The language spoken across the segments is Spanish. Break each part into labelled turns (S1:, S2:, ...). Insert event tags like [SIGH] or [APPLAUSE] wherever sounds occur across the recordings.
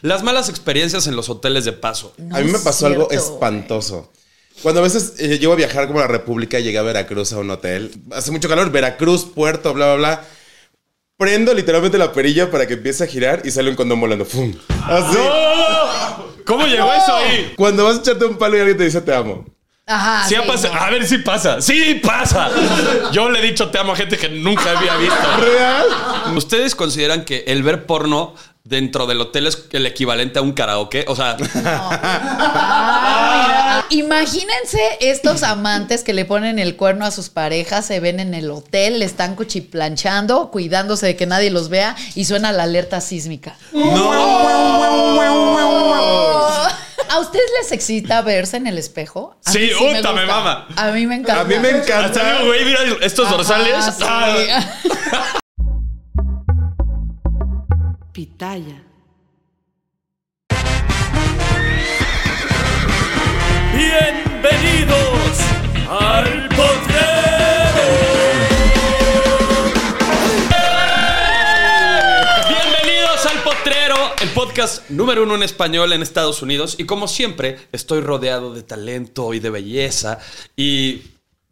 S1: Las malas experiencias en los hoteles de paso.
S2: a mí me pasó algo espantoso. Cuando a veces eh, llego a viajar como a la República y llegué a Veracruz a un hotel, hace mucho calor, Veracruz, puerto, bla, bla, bla. Prendo literalmente la perilla para que empiece a girar y sale un condón volando. ¡Fum! Así.
S1: ¿Cómo llegó eso ahí?
S2: Cuando vas a echarte un palo y alguien te dice te amo.
S3: Ajá.
S1: Sí, ha Ah.
S3: sí,
S1: pasado.
S3: no.
S1: A ver si pasa. Sí pasa. Yo le he dicho te amo a gente que nunca había visto.
S2: ¿Real?
S1: ¿Ustedes consideran que el ver porno dentro del hotel es el equivalente a un karaoke? O sea,
S3: Ah, mira. Imagínense estos amantes que le ponen el cuerno a sus parejas, se ven en el hotel, le están cuchiplanchando, cuidándose de que nadie los vea y suena la alerta sísmica.
S1: Oh.
S3: ¿A ustedes les excita verse en el espejo? A
S1: Sí,
S3: mí
S1: uta, me
S3: gusta.
S1: mama.
S3: A mí me encanta.
S2: A mí me
S1: hasta
S2: encanta.
S1: digo, güey, mira estos
S3: Ajá,
S1: dorsales.
S3: sí.
S1: Ah.
S4: Pitaya.
S5: Bienvenidos al potrero.
S1: Bienvenidos al Potrero, el podcast número uno en español en Estados Unidos. Y como siempre, estoy rodeado de talento y de belleza. Y.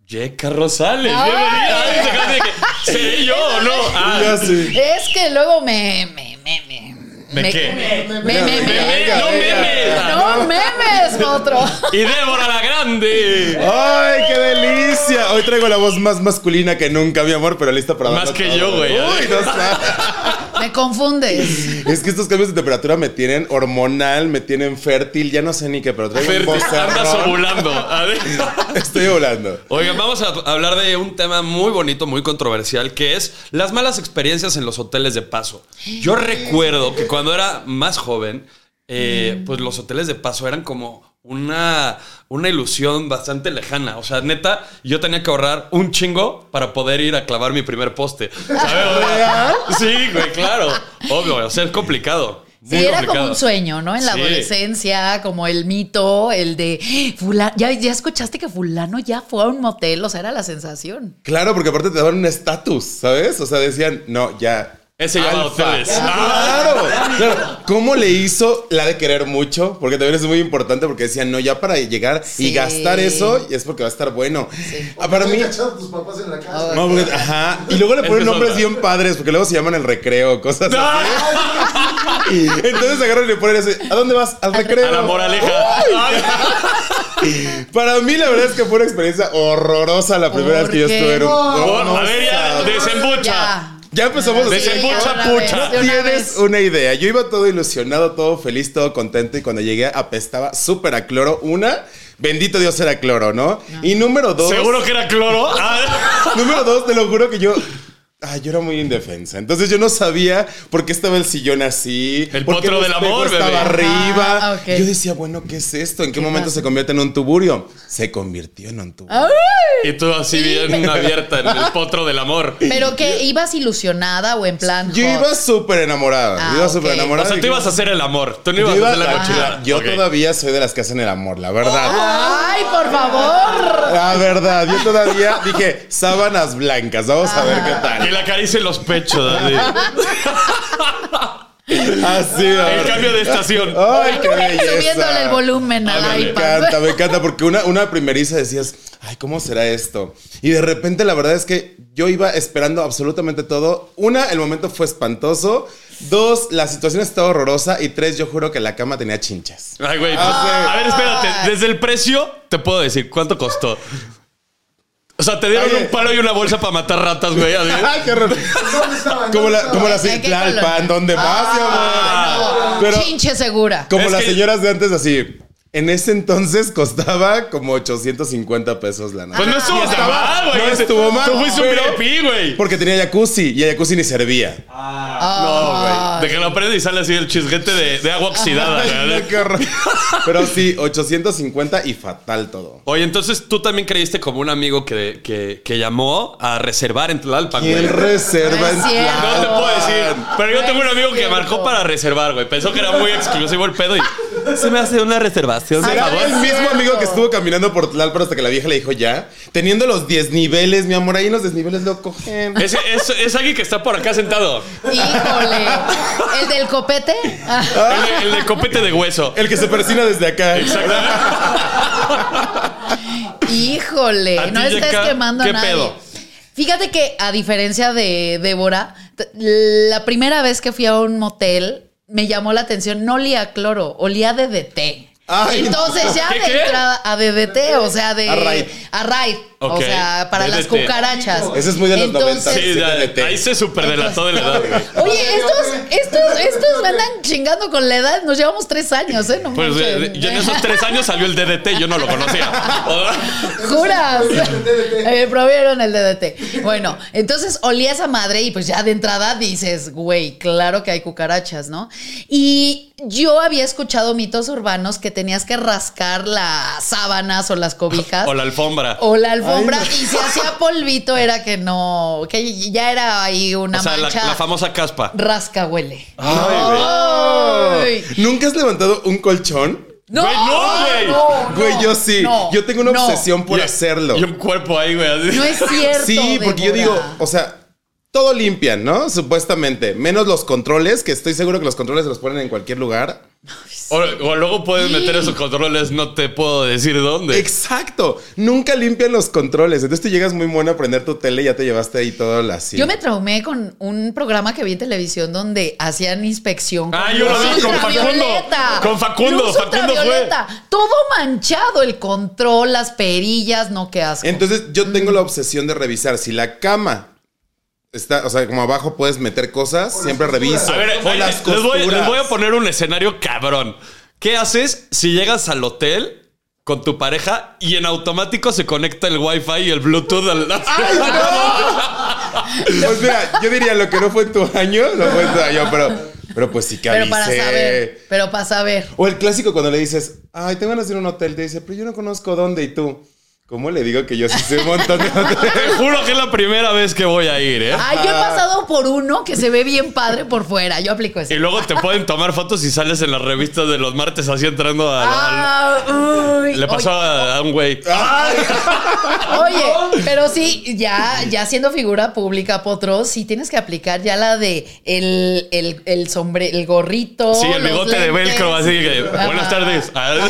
S1: Jeca Rosales,
S3: Ay.
S1: bienvenida. Ay, se acaba de que, ¿Seré yo o no? Ah,
S2: Ya sé.
S3: Es que luego me. me, me, me
S1: ¿Me qué?
S3: Me, me, me,
S1: Meme,
S2: Venga,
S1: no
S2: venga.
S1: memes.
S3: No memes, otro.
S1: Y Débora la Grande.
S2: ¡Ay, qué delicia! Hoy traigo la voz más masculina que nunca, mi amor, pero lista para
S1: Más
S2: darlo
S1: que
S2: todo.
S1: yo, güey.
S2: Uy, no sabes.
S3: Me confundes.
S2: Es que estos cambios de temperatura me tienen hormonal, me tienen fértil, ya no sé ni qué, pero traigo un
S1: Ferti, andas
S2: vocerrón.
S1: ovulando. A ver.
S2: Estoy volando.
S1: Oigan, vamos a hablar de un tema muy bonito, muy controversial, que es las malas experiencias en los hoteles de paso. Yo
S3: Eh.
S1: recuerdo que cuando era más joven, eh,
S3: Mm.
S1: pues los hoteles de paso eran como una, una ilusión bastante lejana. O sea, neta, yo tenía que ahorrar un chingo para poder ir a clavar mi primer poste.
S3: [LAUGHS]
S1: ¿Sabes? Sí, güey, claro. Obvio, o sea, es complicado. Muy
S3: Sí, era
S1: complicado.
S3: como
S1: [LAUGHS]
S3: un sueño, ¿no? En la
S1: Sí.
S3: adolescencia, como el mito, el de fulano, ya, ya escuchaste que fulano ya fue a un motel, o sea, era la sensación.
S2: Claro, porque aparte te daban un estatus, ¿sabes? O sea, decían, no, ya.
S1: Ese ya va Ah. a
S2: alfa.
S1: hoteles.
S2: Claro, claro. ¿Cómo le hizo la de querer mucho? Porque también es muy importante porque decían, no, ya para llegar
S3: Sí.
S2: y gastar eso y es porque va a estar bueno. Ah, para mí.
S6: a tus papás en la casa.
S2: No, porque- ajá. Y luego le
S1: Es
S2: ponen
S1: que son Ah.
S2: nombres
S1: las-
S2: bien padres porque luego se llaman el recreo, cosas así. Entonces agarran y le ponen así, ¿a dónde vas? Al recreo.
S1: A la moraleja. Ay. [LAUGHS]
S2: Para mí, la verdad es que fue una experiencia horrorosa la primera
S3: ¿Por
S2: vez que yo
S3: qué?
S2: estuve en un.
S1: Por-
S2: no
S1: Oh, a ver, ya,
S2: sabes.
S1: desembucha.
S3: Ya.
S2: Ya empezamos
S3: Sí,
S2: a
S1: Desembucha,
S3: de una vez,
S1: pucha.
S3: de una
S2: Tienes
S3: vez.
S2: una idea. Yo iba todo ilusionado, todo feliz, todo contento. Y cuando llegué, apestaba súper a cloro. Una, bendito Dios era cloro, ¿no? Y número dos.
S1: Seguro que era cloro.
S3: [LAUGHS]
S1: Ah.
S2: [LAUGHS] Número dos, te lo juro que yo. Ay, yo era muy indefensa. Entonces yo no sabía por qué estaba el sillón así.
S1: El
S2: por qué
S1: potro del
S2: espejo
S1: amor, bebé.
S2: estaba arriba.
S3: Ah, ok.
S2: Yo decía, bueno, ¿qué es esto? ¿En qué, momento se convierte en un tuburio? Se convirtió en un tuburio.
S3: ¡Ay!
S1: Y tú así bien abierta en el potro del amor.
S3: Pero que ibas ilusionada o en plan.
S2: Yo
S3: hot?
S2: iba súper enamorada.
S3: Ah,
S2: yo iba
S3: ok.
S2: súper
S1: O
S2: enamorada.
S1: sea, tú ibas a hacer el amor. Tú no ibas a
S2: Yo, iba-
S1: hacer la
S2: ah,
S1: cochilada.
S2: yo
S1: Ok.
S2: todavía soy de las que hacen el amor, la verdad.
S3: ¡Ay, por favor!
S2: La verdad, yo todavía dije sábanas blancas, vamos a ver
S1: Y
S2: qué
S1: la caricia en los
S2: [LAUGHS]
S1: pechos. así.
S2: tal.
S3: Ah.
S2: Así,
S1: El cambio de estación.
S2: Ay, qué belleza.
S3: Subiéndole el volumen al
S2: Me
S3: iPad.
S2: encanta, me encanta, porque una, una primeriza decías, ay, ¿cómo será esto? Y de repente la verdad es que yo iba esperando absolutamente todo. Una, el momento fue espantoso. Dos, la situación estaba horrorosa. Y tres, yo juro que la cama tenía chinchas.
S1: Ay, güey. pues,
S2: Ah, sí.
S1: a ver, espérate. Desde el precio, te puedo decir cuánto costó. O sea, te dieron
S2: Oye.
S1: un palo y una bolsa para matar ratas, güey.
S2: [LAUGHS]
S1: así.
S2: Ay, Ah, qué horror.
S4: ¿Dónde estaban?
S2: Como la, como la
S3: ¿En qué
S2: Ciclalpan,
S3: colonia?
S2: ¿dónde más, mi
S3: Ah,
S2: amor?
S3: no.
S2: Pero
S3: Chinche segura.
S2: como
S1: Es
S2: las
S1: que-
S2: señoras de antes, así. En ese entonces costaba como 850 pesos la
S1: Pues
S2: nada.
S1: no estuvo tan mal, güey.
S2: no estuvo mal,
S1: Tú fuiste
S2: pero-
S1: un VIP, güey.
S2: Porque tenía jacuzzi y el jacuzzi ni servía.
S3: Ah,
S1: De que lo prende y sale así el chisguete de, de agua oxidada.
S2: Ay,
S1: güey.
S2: no, qué horror. Pero sí, 850 y fatal todo.
S1: Oye, entonces tú también creíste como un amigo que, que, que llamó a reservar en Tlalpan, güey.
S2: ¿Quién
S3: Pues No
S2: reserva
S3: es
S2: en
S3: cierto.
S2: Tlalpan?
S1: No te puedo decir. Pero yo
S3: No
S1: tengo un
S3: es
S1: amigo que
S3: cierto.
S1: marcó para reservar, güey. Pensó que era muy exclusivo el pedo y se me hace una reservación, por
S2: ¿Será
S1: favor.
S2: el mismo
S3: cierto.
S2: amigo que estuvo caminando por Tlalpan hasta que la vieja le dijo ya? Teniendo los 10 niveles, mi amor, ahí en los 10 niveles lo cogen.
S1: Es, es, es alguien que está por acá sentado.
S3: Híjole. ¿El del copete? Ah,
S1: El, de- el de copete de hueso.
S2: El que se persina desde acá.
S1: ¿A
S3: Híjole.
S1: ti,
S3: No le estés
S1: Yeka?
S3: quemando a
S1: ¿Qué
S3: nadie.
S1: pedo?
S3: Fíjate que, a diferencia de Débora, t- la primera vez que fui a un motel me llamó la atención. No olía a cloro, olía a DDT.
S2: Ay,
S3: Entonces ya
S1: ¿Qué,
S3: de
S1: qué?
S3: entrada a DDT, o sea, de
S2: A Raid.
S3: a Raid,
S1: Ok,
S3: o sea, para las
S1: DDT.
S3: cucarachas.
S2: Ese es muy de los
S3: Entonces-
S2: 90.
S1: Sí, ya, ahí se superdelató de la edad, güey.
S3: Oye, estos, estos, estos me andan chingando con la edad. Nos llevamos tres años, ¿eh? No
S1: Pues
S3: manches.
S1: eh, yo en esos tres años salió el DDT, yo no lo conocía.
S3: [LAUGHS] Juras. [LAUGHS] Me prohibieron el DDT. Bueno, entonces olía esa madre y pues ya de entrada dices, güey, claro que hay cucarachas, ¿no? Y yo había escuchado mitos urbanos que tenías que rascar las sábanas
S1: [LAUGHS]
S3: o las cobijas.
S1: O la alfombra.
S3: O la alfombra. Y si hacía polvito era que no, que ya era ahí una
S1: o sea, la,
S3: mancha.
S1: la famosa caspa.
S3: rasca huele. Ay.
S2: ¿Nunca has levantado un colchón?
S3: No,
S1: Güey, no, güey.
S3: no,
S2: Güey,
S3: no,
S2: yo sí.
S3: no,
S2: yo tengo una
S3: no.
S2: obsesión por
S1: Y-
S2: hacerlo.
S1: Y un cuerpo ahí, güey. así.
S3: No es cierto.
S2: Sí, porque yo digo,
S3: Débora.
S2: o sea, todo limpian, ¿no? Supuestamente. Menos los controles, que estoy seguro que los controles los ponen en cualquier lugar.
S1: O, o luego puedes meter esos controles, no te puedo decir dónde.
S2: Exacto. Nunca limpian los controles. Entonces tú llegas muy mono a prender tu tele y ya te llevaste ahí todo la
S3: Yo me traumé con un programa que vi en televisión donde hacían inspección
S1: Ah, yo lo
S3: luz
S1: vi con Facundo.
S3: ultravioleta.
S1: Con Facundo,
S3: Luz
S1: Facundo fue.
S3: ultravioleta. Todo manchado, el control, las perillas, no qué asco.
S2: Entonces
S3: Mm.
S2: yo tengo la obsesión de revisar. Si la cama está, o sea, como abajo puedes meter cosas, siempre reviso.
S1: A ver,
S2: O
S1: oye, les,
S2: las
S1: voy, les
S2: costuras.
S1: voy a poner un escenario cabrón. ¿Qué haces si llegas al hotel con tu pareja y en automático se conecta el wifi y el bluetooth al...
S2: [LAUGHS] Pues mira, yo diría lo que no fue en tu año, no fue en tu año, pero, pero pues sí que
S3: pero para
S2: avisé.
S3: saber, pero para saber.
S2: O el clásico cuando le dices, ay, te van a hacer un hotel, te dice, pero yo no conozco dónde y tú. ¿Cómo le digo que yo sí sé un montón de
S1: [LAUGHS]
S2: hoteles? [LAUGHS]
S1: Te juro que es la primera vez que voy a ir, ¿eh?
S3: Ay, yo he pasado por uno que se ve bien padre por fuera. Yo aplico eso.
S1: Y luego te pueden tomar fotos y sales en las revistas de los martes así entrando al... al-
S3: Ah, uy.
S1: le pasó a, a un güey.
S2: Ah,
S3: Oye, pero sí, ya, ya siendo figura pública, Potro, sí tienes que aplicar ya la de el, el, el sombre, el gorrito.
S1: Sí, el
S3: los
S1: bigote de
S3: lentes.
S1: velcro, así que
S3: Ajá.
S1: buenas tardes. [LAUGHS] Ah,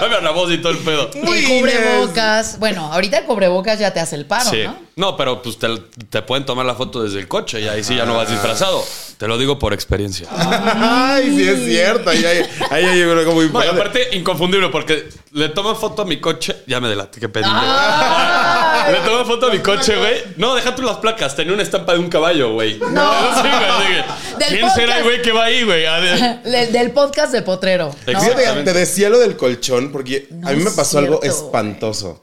S1: Cambia la voz y todo el pedo.
S3: El cubrebocas. Bueno, ahorita el cubrebocas ya te hace el paro,
S1: Sí.
S3: ¿no?
S1: No, pero pues te, te pueden tomar la foto desde el coche y ahí sí ya no
S2: Ah.
S1: vas disfrazado. Te lo digo por experiencia.
S2: Ay, sí es cierto. Ahí hay, ahí hay algo muy
S1: No, y
S2: padre.
S1: aparte, inconfundible, porque le toman foto a mi coche. Ya me delate, qué pendejo.
S2: Ah.
S3: Ay.
S1: Le toman foto a mi coche, güey. No, deja tú las placas. Tenía una estampa de un caballo, güey.
S3: No.
S1: [LAUGHS] Sí, güey, dije,
S3: Del
S1: ¿Quién será
S3: podcast.
S1: el güey que va ahí, güey? Ah, A ver.
S3: Le- del podcast de Potrero. ¿no?
S1: Exacto.
S2: Fíjate, te decía lo del colchón, porque
S3: No
S2: a mí me
S3: es
S2: pasó algo
S3: cierto,
S2: espantoso.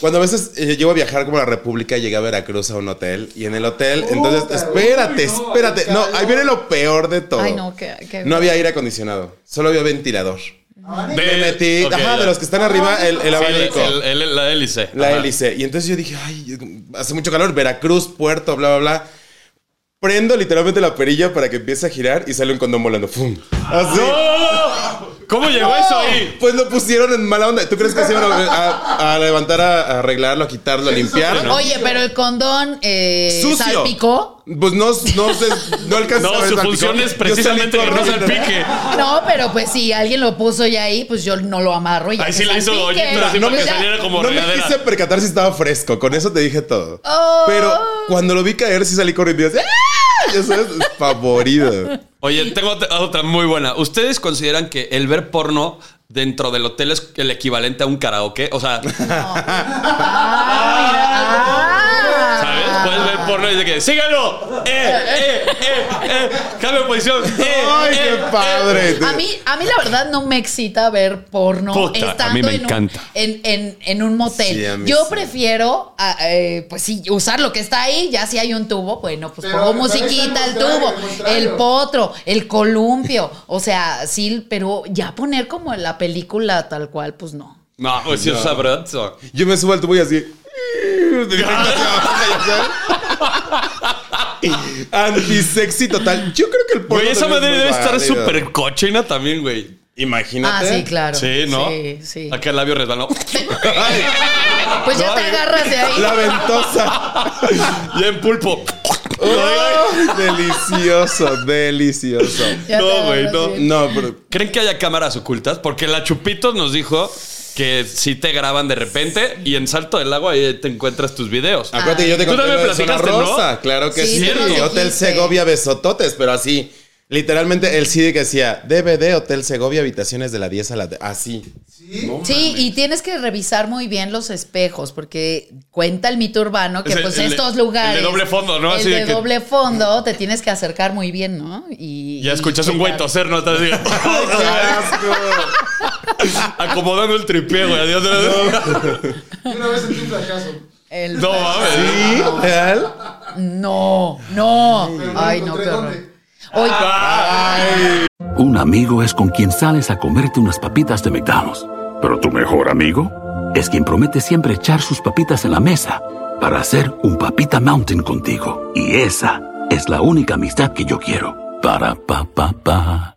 S2: Cuando a veces eh, llego a viajar como a la República, llegué a Veracruz a un hotel y en el hotel, entonces, espérate, espérate. No, ahí viene lo peor de todo.
S3: Ay, no, qué- qué-
S2: No había aire acondicionado, solo había ventilador.
S1: De-
S2: Me metí,
S1: Eh, ok,
S2: ajá,
S1: ya.
S2: de los que están arriba, el, el
S1: Sí,
S2: abanico.
S1: el- el- el- la hélice.
S2: la
S1: Ajá.
S2: hélice. Y entonces yo dije, ay, hace mucho calor, Veracruz, Puerto, bla, bla, bla. Prendo literalmente la perilla para que empiece a girar y sale un condón volando. ¡Fum! Así.
S1: ¡Oh! ¿Cómo llegó eso ahí?
S2: Pues lo pusieron en mala onda. ¿Tú crees que se iban a, a- a levantar, a, a arreglarlo, a quitarlo, a limpiar?
S3: Oye, pero el condón eh,
S2: Sucio.
S3: salpicó.
S2: Pues no, no sé, no alcanzó a
S1: No,
S2: ver
S1: su
S2: el
S1: función
S2: salpicón.
S1: es precisamente
S2: Yo
S1: que
S2: salí
S1: no
S2: corriendo.
S1: salpique.
S3: No, pero pues si alguien lo puso ya ahí, pues yo no lo amarro. y ya
S1: Ahí
S3: que
S1: sí le hizo
S3: salpique.
S1: hoyito así
S3: Pues
S1: para que
S3: ya-
S1: saliera como
S2: No me
S1: regadera.
S2: quise percatar si estaba fresco. Con eso te dije todo.
S3: Oh.
S2: Pero cuando lo vi caer, sí salí corriendo. y así, ¡Ah! Ya sabes, favorido.
S1: Oye, tengo otra, otra muy buena. ¿Ustedes consideran que el ver porno dentro del hotel es el equivalente a un karaoke? O sea,
S3: Ah, mira. Ah.
S1: el porno y dice que síganlo. Eh, eh, eh, eh. Cambio de posición. Eh,
S2: ¡Ay,
S1: eh,
S2: qué
S1: eh".
S2: padre!
S3: A mí, a mí la verdad no me excita ver porno
S1: Puta, a
S3: estando
S1: mí me
S3: en, un-
S1: encanta.
S3: en- en- en un motel.
S2: Sí, a mí
S3: Yo
S2: sí.
S3: prefiero, ah, eh, pues sí, usar lo que está ahí. Ya si hay un tubo, bueno, pues pongo musiquita, el tubo, el potro, el columpio. O sea, sí, pero ya poner como la película tal cual, pues no.
S1: No, pues sí, es sabroso.
S2: Yo me subo al tubo y así.
S1: [LAUGHS]
S2: Antisexy total. Yo creo que el porno.
S1: Güey, esa madre
S2: también
S1: debe
S2: es muy
S1: estar
S2: válido.
S1: súper cochina también, güey.
S3: Ah,
S2: Imagínate.
S3: sí, claro.
S1: Sí, ¿no?
S3: Sí, sí.
S1: Acá el labio resbaló.
S2: Ay,
S3: Pues ya
S1: No,
S3: te
S1: eh.
S3: agarras
S1: [LAUGHS]
S3: de ahí.
S2: la ventosa.
S1: y en pulpo.
S2: Ay, delicioso, delicioso.
S3: Ya te
S1: No,
S3: agarras
S1: güey, no.
S3: bien.
S2: No, pero.
S1: ¿Creen que haya cámaras ocultas? Porque la Chupitos nos dijo que si te graban de repente y en Salto del Agua ahí te encuentras tus videos.
S2: Acuérdate, que yo te
S1: Tú
S2: conté
S1: también
S2: lo de Zona
S1: platicaste, ¿no?
S2: Rosa. Claro que
S3: Sí,
S2: sí.
S1: tú nos
S2: Y Hotel
S3: dijiste.
S2: Segovia besototes, pero así. Literalmente el CD que decía DVD Hotel Segovia, habitaciones de la 10 a la. de-". Así.
S1: Oh,
S3: Sí, y tienes que revisar muy bien los espejos, porque cuenta el mito urbano que
S1: Es el-
S3: pues
S1: el de-
S3: estos
S1: el de
S3: lugares.
S1: doble fondo, ¿no?
S3: El
S1: Así
S3: de,
S1: de que-
S3: doble fondo te tienes que acercar muy bien, ¿no? Y.
S1: Ya
S3: y
S1: escuchas un güey
S3: checar.
S1: toser, ¿no? Estás
S2: ¡Qué
S1: así,
S2: asco!
S1: acomodando el tripié, güey. Adiós.
S4: Una vez sentí un fracaso.
S3: El-
S1: No ¿ah? mames.
S2: ¿Sí? ¿Real?
S3: No, no. Ay, no,
S4: encontré
S3: qué horror.
S4: dónde.
S3: Oye,
S1: Ah,
S7: Un amigo es con quien sales a comerte unas papitas de McDonald's. Pero tu mejor amigo es quien promete siempre echar sus papitas en la mesa para hacer un papita mountain contigo. Y esa es la única amistad que yo quiero. Para pa pa pa.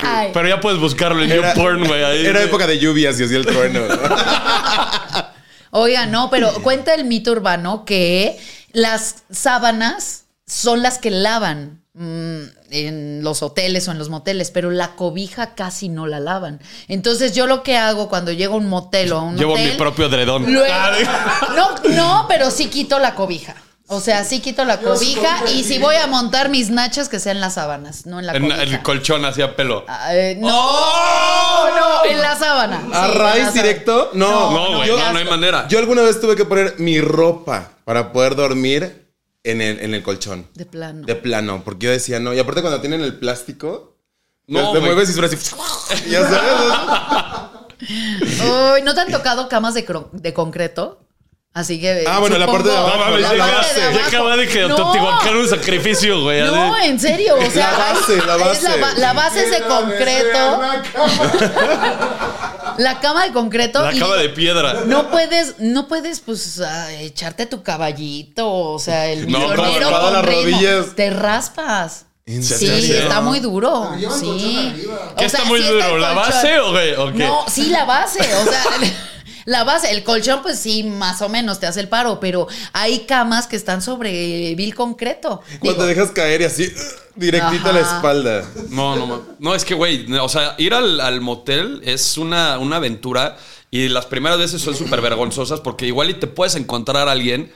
S3: ay,
S1: Pero ya puedes buscarlo en
S2: Era-
S1: YouPorn, güey. ahí,
S2: Era
S1: güey.
S2: época de lluvias y así el trueno.
S3: oiga, no, pero cuenta el mito urbano que las sábanas son las que lavan mm, en los hoteles o en los moteles, pero la cobija casi no la lavan. Entonces yo lo que hago cuando llego a un motel o a un
S1: Llevo
S3: hotel,
S1: mi propio edredón.
S3: Luego-
S1: Ah,
S3: [LAUGHS] no, no, pero sí quito la cobija. O sea, sí quito la cobija y si voy a montar mis nachas que sean en las sábanas, no en la
S1: en
S3: cobija.
S1: el ¡Oh! colchón hacía pelo. ¡Oh,
S3: Ah, eh, no, no, en la sábana.
S2: ¿A
S3: Sí, en la
S2: raíz
S3: sábana.
S2: directo? No.
S1: No, güey,
S2: yo-
S1: no, no hay manera.
S2: [LAUGHS] Yo alguna vez tuve que poner mi ropa para poder dormir en el, en el colchón.
S3: De plano.
S2: De plano, porque yo decía no. Y aparte cuando tienen el plástico,
S1: No,
S2: te
S1: güey.
S2: mueves y suena así. [LAUGHS] Ya sabes.
S3: Ay, ¿No te han tocado camas de, cro- de concreto? Así que. eh,
S2: Ah, bueno, la
S3: supongo-
S2: parte de abajo,
S1: No mames,
S2: la
S1: ya
S3: parte
S2: base.
S3: de
S1: acaba-
S3: abajo.
S1: ya acaba de que
S3: No.
S1: Teotihuacán un sacrificio, güey.
S3: No,
S1: así.
S3: en serio, o sea,
S2: La base,
S3: hay-
S2: la
S3: es
S2: base.
S3: ba- la base es de
S4: Era de
S3: concreto,
S4: una cama.
S3: la cama de concreto
S1: La
S3: y-
S1: cama de piedra.
S3: No puedes, no puedes, pues, a- echarte tu caballito, o sea, el
S1: No,
S3: misionero
S1: como
S2: todas
S3: con
S2: las
S3: ritmo.
S2: rodillas.
S3: Te raspas.
S2: ¿En
S3: Sí,
S2: serio?
S3: está muy duro.
S4: Pero llevan colchón
S3: Sí.
S4: arriba.
S1: ¿Qué
S3: O sea,
S1: está muy
S3: sí
S1: duro?
S3: el
S1: ¿La
S3: colchón.
S1: base o qué? ¿O qué?
S3: No, sí, la base. O sea, [LAUGHS] la base. El colchón, pues sí, más o menos te hace el paro, pero hay camas que están sobre vil concreto.
S2: Cuando
S3: Digo,
S2: te dejas caer y así, [LAUGHS] directito a la
S3: Ajá.
S2: espalda.
S1: No, no, no. No, es que, güey, no, o sea, ir al, al motel es una, una aventura y las primeras veces son súper vergonzosas porque igual y te puedes encontrar a alguien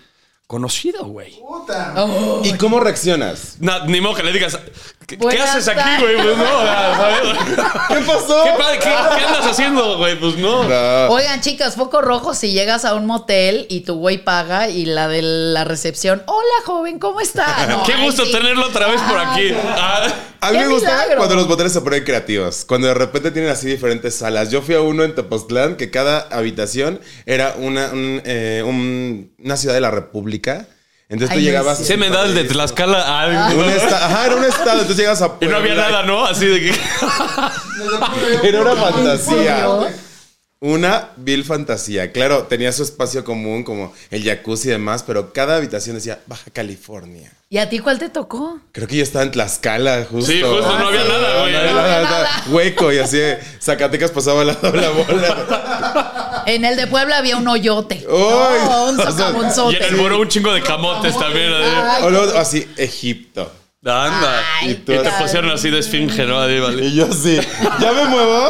S1: conocido, güey.
S4: Puta.
S3: oh,
S2: ¿Y cómo reaccionas?
S1: Na- ni modo que le digas, ¿qué, qué
S3: Buenas
S1: haces aquí,
S3: tardes.
S1: güey? Pues no, o sea,
S3: [LAUGHS]
S1: ¿sabes?
S2: ¿Qué pasó?
S1: ¿Qué, pa- qué- qué andas haciendo, güey? Pues no.
S2: Ah,
S3: Oigan, chicas, foco rojo si llegas a un motel y tu güey paga y la de la recepción, hola joven, ¿cómo está? No,
S1: [LAUGHS] Qué
S3: ay,
S1: gusto
S3: sí.
S1: tenerlo otra vez por
S3: Ah,
S1: aquí.
S3: sí.
S1: Ah.
S2: A mí
S3: ¡Qué
S2: me gusta
S3: milagro!
S2: cuando los boteles se ponen creativos, cuando de repente tienen así diferentes salas. Yo fui a uno en Tepoztlán que cada habitación era una, un, eh, un- una ciudad de la República. Entonces
S3: Ay,
S2: tú
S3: no
S2: llegabas...
S3: es
S1: Se me da el de Tlaxcala. Ah,
S2: Un
S1: no.
S2: esta- Ajá, era un estado, entonces llegas a...
S1: Y no había
S2: Puebla.
S1: nada, ¿no? Así de que.
S2: Era una fantasía. Una vil fantasía. Claro, tenía su espacio común como el jacuzzi y demás, pero cada habitación decía Baja California.
S3: ¿Y a ti cuál te tocó?
S2: Creo que yo estaba en Tlaxcala, justo. Ah,
S1: Sí, justo, no había nada, güey.
S2: No había nada. Hueco y así, Zacatecas pasaba la doble bola.
S3: En el de Puebla había un hoyote.
S2: Uy.
S3: No, un
S1: Y en el
S2: O sea,
S3: socavonzote.
S1: muro un chingo de camotes también. ¿eh?
S2: O luego así, Egipto.
S1: Anda.
S3: Ah, Ay,
S1: y te
S3: padre.
S1: pusieron así de esfinge, ¿no? Ahí, vale.
S2: Y yo así, ¿ya me muevo?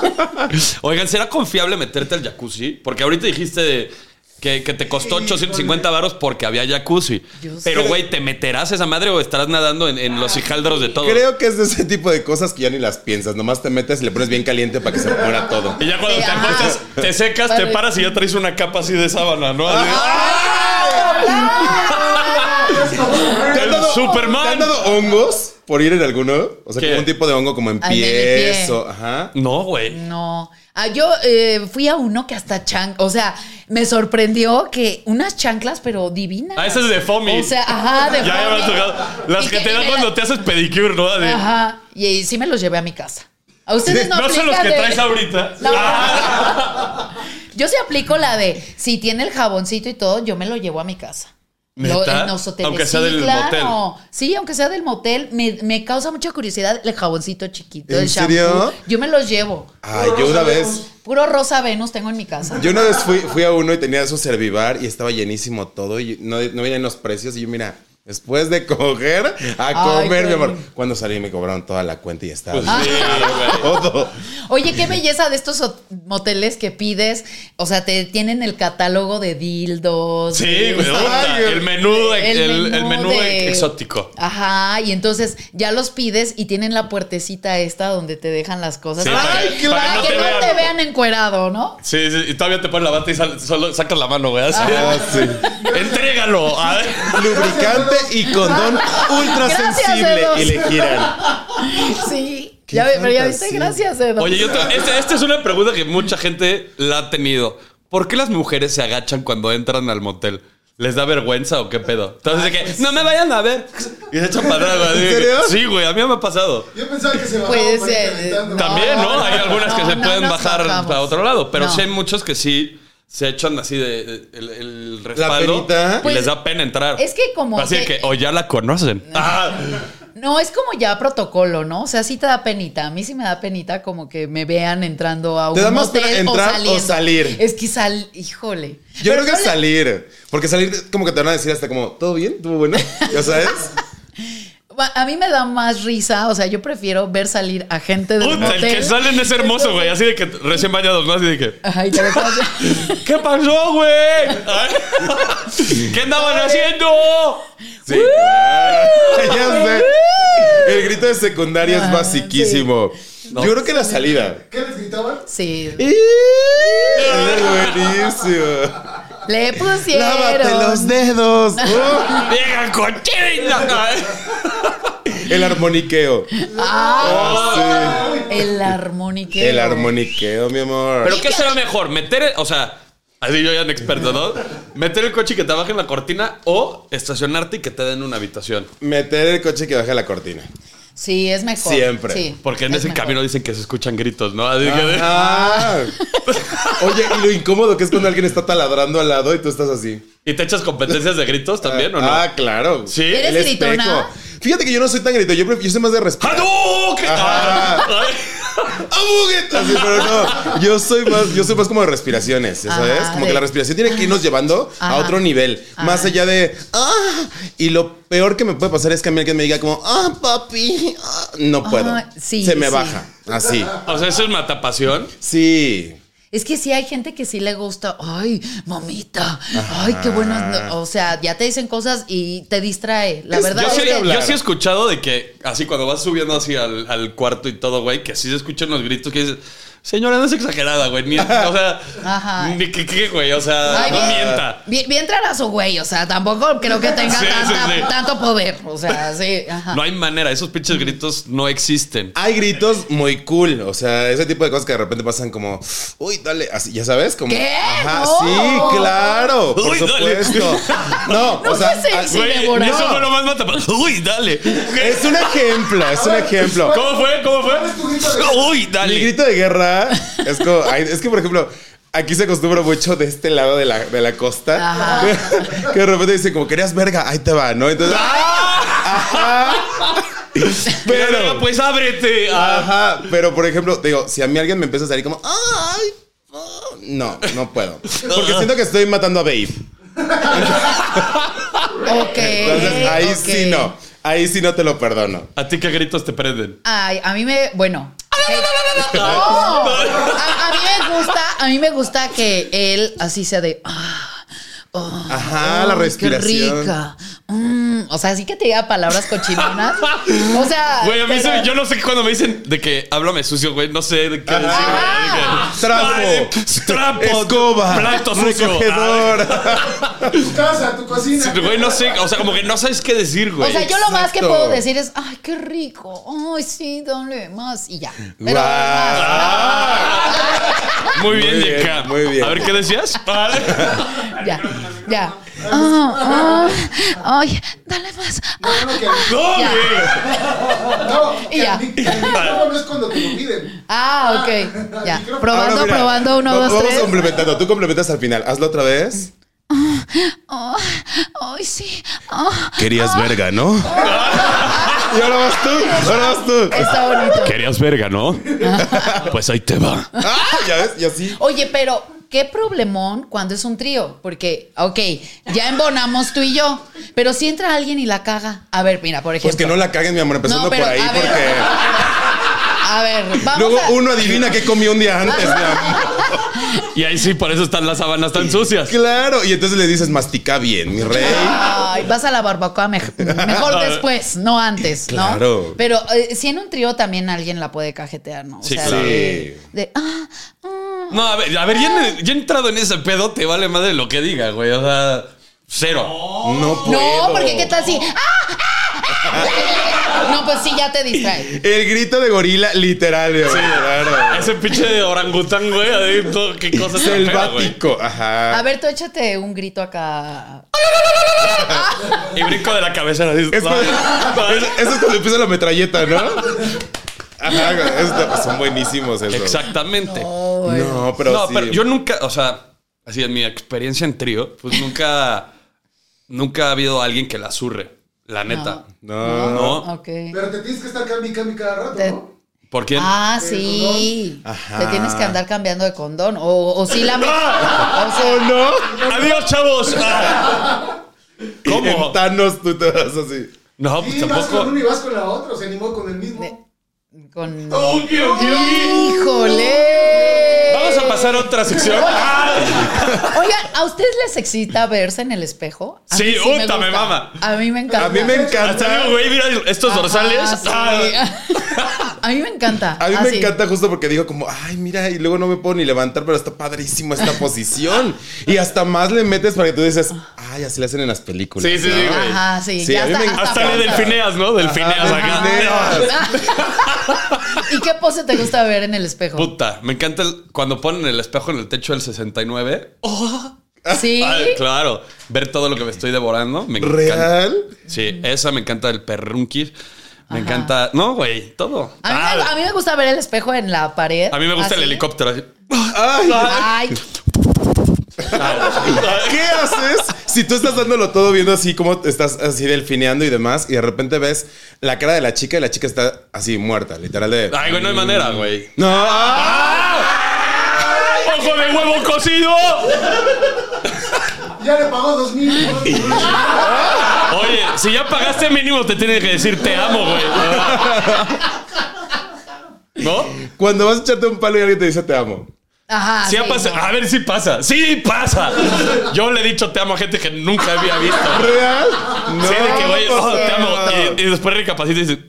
S1: [LAUGHS] Oigan, ¿será confiable meterte al jacuzzi? Porque ahorita dijiste de que, que te costó 850 varos porque había jacuzzi. Pero, güey, ¿te meterás esa madre o estarás nadando en, en los hijaldros de todo?
S2: Creo que es de ese tipo de cosas que ya ni las piensas. Nomás te metes y le pones bien caliente para que se muera todo.
S1: Y [LAUGHS] ya cuando
S3: Sí,
S1: te
S3: ajá.
S1: acuestas, te secas, te
S3: Vale.
S1: paras y ya traes una capa así de sábana, ¿no? Así-
S3: Ah,
S2: ¿Te
S1: ¡El
S2: han dado,
S1: Superman!
S2: ¿Te han dado hongos por ir en alguno? O sea,
S1: ¿Qué?
S2: como un tipo de hongo como en
S3: Ay, en el
S2: pies
S3: pie.
S2: o- Ajá.
S1: No, güey.
S3: No. Ah, yo eh, fui a uno que hasta chan, o sea, me sorprendió que unas chanclas, pero divinas.
S1: Ah, ese es de Fomi.
S3: O sea, ajá, de
S1: Ya, ya me
S3: foamy.
S1: has tocado. Las
S3: Y
S1: que te
S3: y
S1: dan
S3: me
S1: cuando
S3: la-
S1: te haces pedicure, ¿no? De-
S3: Ajá. Y, y sí me los llevé a mi casa. A ustedes no
S1: no son los
S3: aplica
S1: que
S3: de-
S1: traes ahorita.
S3: No.
S1: Ah, [LAUGHS]
S3: Yo sí aplico la de si tiene el jaboncito y todo, yo me lo llevo a mi casa. Lo-
S1: ¿Neta?
S3: en los hoteles.
S1: Aunque sea
S3: Sí,
S1: del
S3: claro.
S1: motel.
S3: Sí, aunque sea del motel, me, me causa mucha curiosidad el jaboncito chiquito,
S2: ¿En
S3: el shampoo.
S2: serio?
S3: Yo me los llevo.
S2: Ay, yo una vez.
S3: Puro rosa Venus tengo en mi casa.
S2: Yo una vez fui, fui a uno y tenía su servivar y estaba llenísimo todo y no, no venían los precios. Y yo, mira, después de coger, a
S3: Ay,
S2: comer, mi
S3: güey.
S2: amor. Cuando salí me cobraron toda la cuenta y estaba
S1: pues sí, güey.
S2: todo.
S3: Oye, qué belleza de estos hot- moteles que pides. O sea, te tienen el catálogo de dildos.
S1: Sí,
S3: de-
S1: güey. puta,
S2: Ay,
S1: El menú, el, el menú
S3: de-
S1: exótico.
S3: Ajá, y entonces ya los pides y tienen la puertecita esta donde te dejan las cosas.
S1: Sí,
S3: para,
S1: para-
S3: para que,
S1: para que no te
S3: no
S1: vean.
S3: te vean encuerado, ¿no?
S1: Sí, sí, y todavía te ponen la bata y sal- solo sacas la mano, güey. así.
S2: Ah, sí.
S1: [LAUGHS] Entrégalo. A ver.
S2: Lubricante y
S3: [LAUGHS]
S2: condón ultra
S3: Gracias,
S2: sensible.
S3: Edos.
S2: Y le giran.
S3: Sí.
S2: Qué
S3: Ya, ve- pero ya viste,
S2: fantasía.
S3: gracias, Edo.
S1: Oye, yo [LAUGHS] te- este- esta es una pregunta que mucha gente la ha tenido. ¿Por qué las mujeres se agachan cuando entran al motel? ¿Les da vergüenza o qué pedo? Entonces, de que no me vayan a ver. [LAUGHS] Y se echan para atrás, güey.
S2: ¿En serio?
S1: Sí, güey, a mí me ha pasado.
S4: Yo pensaba que se bajaba
S3: Puede
S4: para ir
S3: ser.
S4: calentando.
S1: También, ¿no? Hay algunas que
S3: Pues, eh, no,
S1: se
S3: no
S1: pueden
S3: nos
S1: bajar
S3: bajamos.
S1: para otro lado, pero
S3: No.
S1: sí hay muchos que sí se echan así de, de- el, el respaldo
S2: penita.
S1: y
S3: Pues,
S1: les da pena entrar.
S3: es que como
S1: así de
S3: que-
S1: que o ya la conocen. Ah,
S3: No, es como ya protocolo, ¿no? O sea, sí te da penita. A mí sí me da penita como que me vean entrando a un
S2: ¿Te da más pena
S3: hotel
S2: entrar o
S3: saliendo.
S2: salir?
S3: Es que sal, híjole.
S2: Yo
S3: Pero
S2: creo que
S3: ponle-
S2: salir. Porque salir, como que te van a decir hasta como, ¿todo bien? ¿Todo bueno? ¿Ya sabes?
S3: Va- A mí me da más risa, o sea, yo prefiero ver salir a gente del
S1: puta, el
S3: motel.
S1: que salen es hermoso, güey. Así de que recién bañados, ¿no? Así de que.
S3: Ay, te dejas-
S2: [LAUGHS]
S1: ¿Qué pasó,
S3: [LAUGHS]
S1: güey? Ay, ¿Qué andaban haciendo?
S3: [LAUGHS]
S2: Sí, claro. [LAUGHS] Ya sé. El grito de secundaria es basiquísimo. Yo creo que la salida.
S4: ¿Qué les gritaban?
S3: Sí.
S2: Es buenísimo.
S3: Le pusieron.
S2: Lávate
S3: [LAUGHS]
S2: los dedos. Uh,
S1: ¡Vieja cochina! Ay.
S2: el armoniqueo.
S3: Ah, El armoniqueo.
S2: El armoniqueo, mi amor.
S1: ¿Pero qué será mejor? ¿Meter, el- o sea, así yo ya en experto, ¿no? ¿Meter el coche y que te bajen la cortina o estacionarte y que te den una habitación?
S2: Meter el coche que baje la cortina.
S3: Sí, es mejor.
S2: Siempre.
S3: Sí,
S1: Porque en
S3: es
S1: ese
S3: mejor.
S1: camino dicen que se escuchan gritos, ¿no? Así que-
S2: Ah. Oye, y lo incómodo que es cuando alguien está taladrando al lado y tú estás así.
S1: [LAUGHS] ¿Y te echas competencias de gritos también o no?
S2: Ah, claro.
S1: ¿Sí?
S3: ¿Eres
S2: El espejo.
S3: gritona?
S2: Fíjate que yo no soy tan grito, yo, pref- yo soy más de respeto.
S1: ¡Hadouken!
S2: Ah.
S1: Ay.
S2: Así, pero no, yo soy más, yo soy más como de respiraciones, ya ¿sabes?
S3: Ajá,
S2: Como
S3: de-
S2: que la respiración tiene que irnos llevando a
S3: Ajá.
S2: otro nivel, más allá de ah, y lo peor que me puede pasar es que a mí alguien me diga como ah, papi, ah", no puedo,
S3: Ah, sí,
S2: se me
S3: sí.
S2: baja, así,
S1: [LAUGHS] O sea, eso es matapasión.
S2: sí,
S3: Es que sí hay gente que sí le gusta. Ay, mamita. Ay, qué buenas. no- O sea, ya te dicen cosas y te distrae. La
S2: Es-
S3: verdad
S1: Yo
S3: es
S1: sí,
S3: que-
S2: hablar.
S1: yo sí he escuchado de que así cuando vas subiendo así al, al cuarto y todo, güey, que así se escuchan los gritos que dices, señora, no es exagerada, güey. Ni, o sea,
S2: [LAUGHS]
S3: Ajá.
S1: ni que qué, güey, o sea,
S3: Ay,
S1: no
S3: bien.
S1: mienta.
S3: Bien, bien trarazo, güey. O sea, tampoco creo que tenga
S1: [LAUGHS] Sí, sí,
S3: tanta-
S1: sí.
S3: tanto poder. O sea, sí. Ajá. Ah,
S1: No hay manera, esos pinches gritos no existen.
S2: hay gritos muy cool, o sea, ese tipo de cosas que de repente pasan como, uy, dale, así, ya sabes, como,
S3: ¿Qué?
S2: ajá,
S3: No.
S2: sí, claro, por
S1: Uy, dale.
S2: supuesto, no,
S3: [LAUGHS] No
S2: o sea,
S3: fue sexy.
S2: al-
S3: Sí,
S1: Güey,
S3: Débora.
S1: eso
S3: No.
S1: fue lo más matapasión. Uy, dale.
S2: es un ejemplo, es un ejemplo.
S1: ¿Cómo fue? ¿Cómo fue? Uy,
S2: Mi
S1: dale.
S2: grito de guerra es como. ay, es que, por ejemplo, aquí se acostumbra mucho de este lado de la, de la costa. [LAUGHS] Que, de repente dicen, como querías verga, ahí te va, ¿no? Entonces. ajá.
S1: Ah, Pero
S2: Pero.
S1: pues ábrete. Ah,
S2: Ajá. Pero, por ejemplo, te digo, si a mí alguien me empieza a salir como. ¡Ay! No, no puedo. Porque siento que estoy matando a Babe.
S3: Ok.
S2: Entonces ahí
S3: ok.
S2: sí no. Ahí sí no te lo perdono.
S1: ¿A ti qué gritos te prenden?
S3: Ay, a mí me. Bueno. No, a, a mí me gusta, a mí me gusta que él así sea de. ah, oh,
S2: Ajá, la
S3: oh,
S2: respiración.
S3: Qué rica. Mm, o sea, así que te diga palabras cochinonas. O sea.
S1: Güey, a mí se-
S3: pero-
S1: yo no sé cuando me dicen de que háblame sucio, güey, no sé de qué decir.
S2: Ajá.
S3: Ah.
S1: güey, de que-
S2: Trapo.
S1: Ay, trapo,
S2: Escoba.
S1: plato sucio.
S2: Recogedor.
S4: Tu casa, tu cocina.
S1: Ay, Güey, no sé, o sea, como que no sabes qué decir,
S3: O
S1: güey.
S3: sea, yo lo más que
S2: Exacto.
S3: puedo decir es, ay, qué rico. Ay, sí, dale más. Y ya. Pero
S2: Guau.
S3: más,
S1: Ah. Muy bien,
S2: Muy bien,
S1: Yeka.
S2: muy bien.
S1: A ver qué decías. Vale.
S3: no, ya, ya. Ah, ah, ay, dale más.
S4: No, no, que-
S1: No,
S3: Ya.
S1: güey.
S4: no, que
S3: Y ya.
S4: el mic- que el micrófono no es cuando te lo piden.
S3: Ah,
S2: [LAUGHS]
S3: ok. Ya.
S4: Micrófono.
S3: Probando,
S2: Ahora, mira,
S3: probando. Uno,
S2: va-
S3: dos,
S2: Vamos
S3: tres.
S2: complementando. Tú complementas al final. Hazlo otra vez.
S3: Oh, ay, sí.
S2: [LAUGHS]
S3: Ah,
S2: Querías verga, ¿no? Y ahora vas tú. Ahora vas tú.
S3: está bonito.
S1: Querías verga, ¿no? Pues ahí te va.
S2: Ah, ya ves, y así.
S3: Oye, pero qué problemón cuando es un trío. Porque, ok, ya embonamos tú y yo. Pero si entra alguien y la caga. A ver, mira, por ejemplo.
S2: Pues que no la caguen, mi amor, empezando
S3: No, pero,
S2: por ahí,
S3: a ver.
S2: porque
S3: [LAUGHS] A ver, vamos
S2: luego
S3: a...
S2: uno adivina qué comió un día antes, mi amor.
S1: Y ahí sí, por eso están las sábanas tan sucias.
S2: Claro, y entonces le dices, mastica bien, mi rey.
S3: Ay, vas a la barbacoa mej-
S2: [LAUGHS]
S3: mejor después, no antes, ¿no?
S2: Claro.
S3: Pero eh, si en un trío también alguien la puede cajetear, ¿no? O
S1: Sí,
S3: sea,
S1: claro.
S3: de, de, ah, ah.
S1: No, a ver, a ver, ya, he- ya he entrado en ese pedo, te vale madre lo que diga, güey. O sea, cero.
S2: No puedo.
S3: No, porque qué tal si. ¡Ah! ¡Ah! ¡Ah! No, pues sí, ya te distrae.
S2: El grito de gorila, literal, mi amor. claro.
S1: Ese pinche de orangután, güey, ahí todo, qué cosa tan fea, güey.
S2: Selvático, ajá.
S3: A ver, tú échate un grito acá.
S1: Y brinco de la cabeza. así.
S2: Es cuando- es- eso es cuando empieza la metralleta, ¿no? Ajá, esto- son buenísimos esos.
S1: Exactamente.
S2: No, pero
S1: no,
S2: sí.
S1: pero yo nunca, o sea, así en mi experiencia en trío, pues nunca, nunca ha habido alguien que la zurre, la neta.
S2: No.
S1: No.
S3: Ok.
S4: Pero te tienes que estar cambi, cambi cada rato,
S3: Te-
S4: ¿no?
S1: ¿Por quién?
S3: Ah, sí.
S2: Ajá.
S3: Te tienes que andar cambiando de condón. O, o sí la me-
S2: Ah.
S3: o
S2: Oh,
S3: sí-
S1: Adiós, chavos. Ah.
S2: Y
S1: ¿Cómo?
S2: en Thanos tú te vas así.
S1: No,
S4: Y
S1: pues
S4: vas con
S1: tampoco.
S4: uno y vas con la otra, se animó con el mismo.
S3: Con.
S2: Oh,
S1: Vamos
S3: ¡Híjole!
S1: a pasar a otra sección. Ah.
S3: Oigan, ¿a ustedes les excita verse en el espejo? A mí
S1: Sí,
S3: me
S1: puta, me
S3: gusta.
S1: mama.
S3: A mí me encanta.
S2: A mí me
S1: Hasta
S2: encanta.
S1: digo, güey, mira estos
S3: Ajá,
S1: dorsales.
S3: sí.
S1: Ah.
S3: [LAUGHS] A mí me encanta.
S2: A mí
S3: Ah,
S2: me
S3: sí.
S2: encanta justo porque digo como, ay, mira, y luego no me puedo ni levantar, pero está padrísimo esta
S3: [LAUGHS]
S2: posición. Y hasta más le metes para que tú dices, ay, así le hacen en las películas.
S1: Sí, sí,
S2: ¿no?
S1: sí, güey.
S3: Ajá, sí.
S2: Sí,
S3: ya
S2: a mí
S3: hasta,
S2: me
S3: hasta
S1: Hasta le
S3: pronto.
S1: delfineas, ¿no? Delfineas acá.
S2: delfineas.
S3: [LAUGHS] ¿Y qué pose te gusta ver en el espejo?
S1: Puta, me encanta el- cuando ponen el espejo en el techo del 69.
S3: [LAUGHS] sí.
S1: Ay, claro, ver todo lo que me estoy devorando. Me encanta.
S2: [LAUGHS] ¿Real?
S1: Sí, esa me encanta el perrunquir. Me
S3: Ajá.
S1: encanta. No, güey, todo.
S3: A mí, me, a mí me gusta ver el espejo en la pared.
S1: Ah, a mí me gusta el
S3: así.
S1: helicóptero. así.
S3: Ay,
S2: ¿Qué haces si tú estás dándolo todo viendo así como estás así delfineando y demás y de repente ves la cara de la chica y la chica está así muerta, literal de...
S1: Ay, güey, no hay manera, güey.
S2: No.
S1: ¡Ojo de huevo cocido!
S4: Ya le pagó dos mil.
S1: [LAUGHS] Oye, si ya pagaste mínimo, te tiene que decir te amo,
S3: [LAUGHS]
S1: güey. ¿No?
S2: Cuando vas a echarte un palo y alguien te dice te amo.
S3: ajá.
S1: Sí, ha
S3: sí,
S1: pasado.
S3: no.
S1: A ver si pasa. Sí, pasa. Yo le he dicho te amo a gente que nunca había visto.
S2: ¿Real? No.
S1: Sí, de que, güey,
S2: pues,
S1: oh, te amo.
S2: no.
S1: Y, y después recapacita y dice,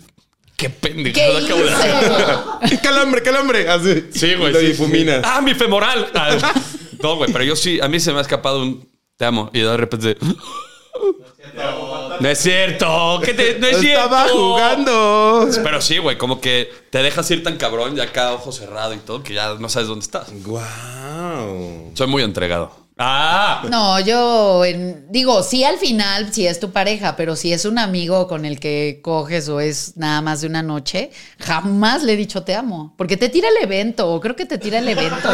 S1: qué
S3: ¿Qué
S1: pendejada acabo de hacer.
S3: hice?
S2: ¡Qué calambre, calambre! Así.
S1: Sí, güey.
S2: Lo
S1: sí, sí.
S2: difuminas.
S1: Ah, mi femoral.
S2: [LAUGHS]
S1: Ah, no, güey, pero yo sí, a mí se me ha escapado un te amo y de repente. [LAUGHS] No es cierto, que te, no es cierto.
S2: Estaba jugando.
S1: Pero sí, güey, como que te dejas ir tan cabrón y acá ojo cerrado y todo, que ya no sabes dónde estás.
S2: Wow.
S1: Soy muy entregado. Ah,
S3: No, yo en- digo, sí al final, si es tu pareja, pero si es un amigo con el que coges o es nada más de una noche, jamás le he dicho te amo. Porque te tira el evento, o creo que te tira el evento.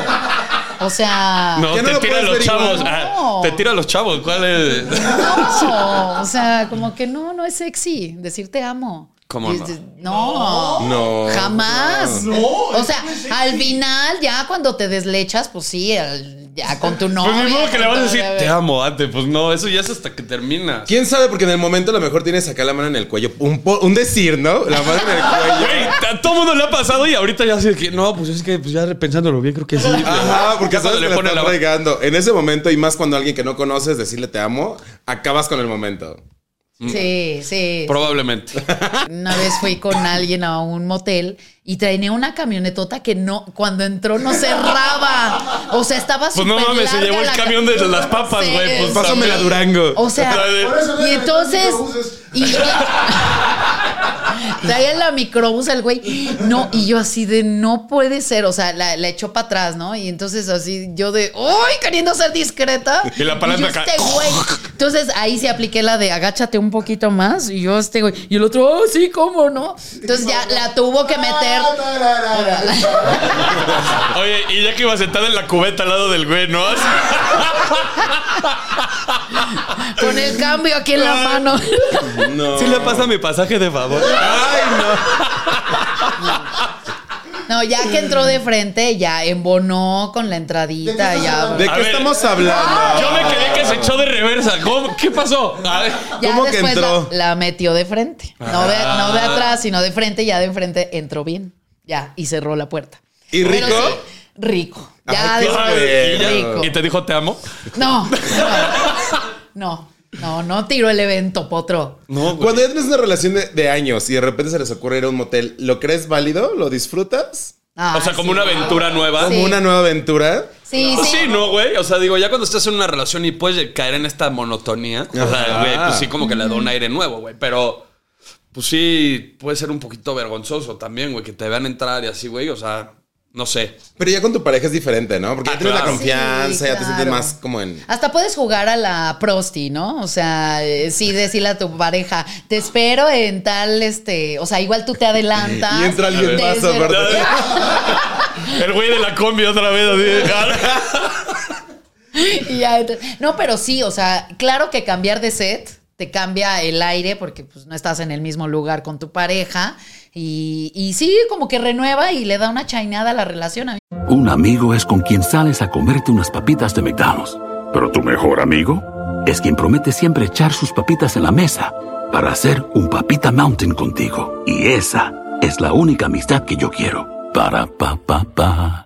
S3: O sea.
S1: no,
S2: Ya no
S1: te
S2: lo
S1: tira a
S2: puedes
S1: los
S2: ver
S1: chavos.
S3: igual.
S1: Ah,
S3: No.
S1: te tira a los chavos. ¿Cuál es?
S3: No, o sea, como que no, no es sexy decir te amo.
S1: ¿Cómo no?
S3: Dices, No,
S2: No.
S3: jamás.
S4: No,
S3: o
S4: eso
S3: sea,
S4: no es sexy.
S3: al final, ya cuando te deslechas, pues sí, al- ya con tu novia.
S1: Pues ni modo que le
S3: con
S1: vas a
S3: tu-
S1: decir, te amo, Ate. Pues no, eso ya es hasta que termina.
S2: ¿Quién sabe? Porque en el momento a lo mejor tienes acá la mano en el cuello. Un, po- un decir, ¿no? La mano en el cuello. [LAUGHS]
S1: Güey, a todo mundo le ha pasado y ahorita ya así de que no, pues es que pues ya pensándolo bien, creo que sí.
S2: Ajá, porque
S1: Ya cuando
S2: sabes que
S1: le
S2: le
S1: pone la
S2: estás regando. En ese momento, y más cuando alguien que no conoces decirle te amo, acabas con el momento.
S3: Sí, sí.
S1: Probablemente.
S3: Una vez fui con alguien a un motel y traía una camionetota que no, cuando entró no cerraba. O sea, estaba
S1: Pues no
S3: súper
S1: mames, se
S3: larga
S1: llevó el
S3: la ca-
S1: camión de las papas,
S3: Sí,
S1: güey. Pues
S3: sí.
S2: Pásame la Durango.
S3: O sea,
S4: Por eso no
S3: y
S4: era
S3: entonces.
S4: microbuses.
S3: Y, traía la microbús al güey. No, y yo así de no puede ser. O sea, la, la echó para atrás, ¿no? Y entonces así yo de uy, queriendo ser discreta.
S1: Y la palanca
S3: yo,
S1: acá.
S3: este güey. Entonces ahí sí apliqué la de agáchate un poquito más. Y yo, este güey. Y el otro, oh, sí, ¿cómo no? Entonces ya la tuvo que meter.
S4: Ah, tararara.
S1: Oye, y ya que iba sentada en la cubeta al lado del güey, ¿no? Así-
S3: Con el cambio aquí en la mano. [LAUGHS]
S2: No.
S1: Sí le pasa mi pasaje de favor.
S3: No, ya que entró de frente, ya embonó con la entradita.
S4: ¿De qué estás
S3: Ya,
S2: ¿De
S1: A
S2: qué
S1: ver.
S2: estamos hablando?
S1: Yo me quedé que se echó de reversa. ¿Cómo? ¿Qué pasó? A ver.
S3: Ya
S2: ¿Cómo que
S3: después
S2: entró? Ah.
S3: La, la metió de frente. No de, no de atrás, sino de frente. Ya de enfrente entró bien. Ya, y cerró la puerta.
S2: ¿Y
S3: Pero
S2: rico?
S3: sí, rico. Ya
S2: Ay, qué
S3: después,
S2: bueno.
S1: Y ya-
S3: rico.
S1: Y te dijo, te amo.
S3: No, no, no, no, no tiró el evento, potro.
S1: No, güey.
S2: Cuando ya tienes una relación de, de años y de repente se les ocurre ir a un motel, ¿lo crees válido? ¿Lo disfrutas?
S3: Ah,
S1: O sea, como
S3: sí.
S1: una aventura nueva.
S3: Sí.
S2: ¿Como una nueva aventura?
S3: Sí,
S1: Pues
S3: sí.
S1: sí, no, güey. O sea, digo, ya cuando estás en una relación y puedes caer en esta monotonía, o sea,
S2: Ajá.
S1: güey, pues sí, como que le da un aire nuevo, güey. Pero, pues sí, puede ser un poquito vergonzoso también, güey, que te vean entrar y así, güey. O sea, no sé.
S2: Pero ya con tu pareja es diferente, ¿no? Porque
S1: Ah,
S2: ya tienes
S1: claro.
S2: la confianza,
S3: Sí,
S2: ya te sientes
S3: claro.
S2: más como en...
S3: Hasta puedes jugar a la prosti, ¿no? O sea, eh, sí decirle a tu pareja, te espero en tal, este, o sea, igual tú te adelantas.
S2: Y entra alguien
S3: te
S2: más,
S3: esper-
S2: aparte.
S1: [LAUGHS] El güey de la combi otra vez, así. "Ah".
S3: [LAUGHS] Y ya, entonces- no, pero sí, o sea, claro que cambiar de set te cambia el aire porque pues, no estás en el mismo lugar con tu pareja. Y, y sí, como que renueva y le da una chainada a la relación. A mí
S7: Un amigo es con quien sales a comerte unas papitas de McDonald's. Pero tu mejor amigo es quien promete siempre echar sus papitas en la mesa para hacer un papita mountain contigo. Y esa es la única amistad que yo quiero. Para pa pa pa.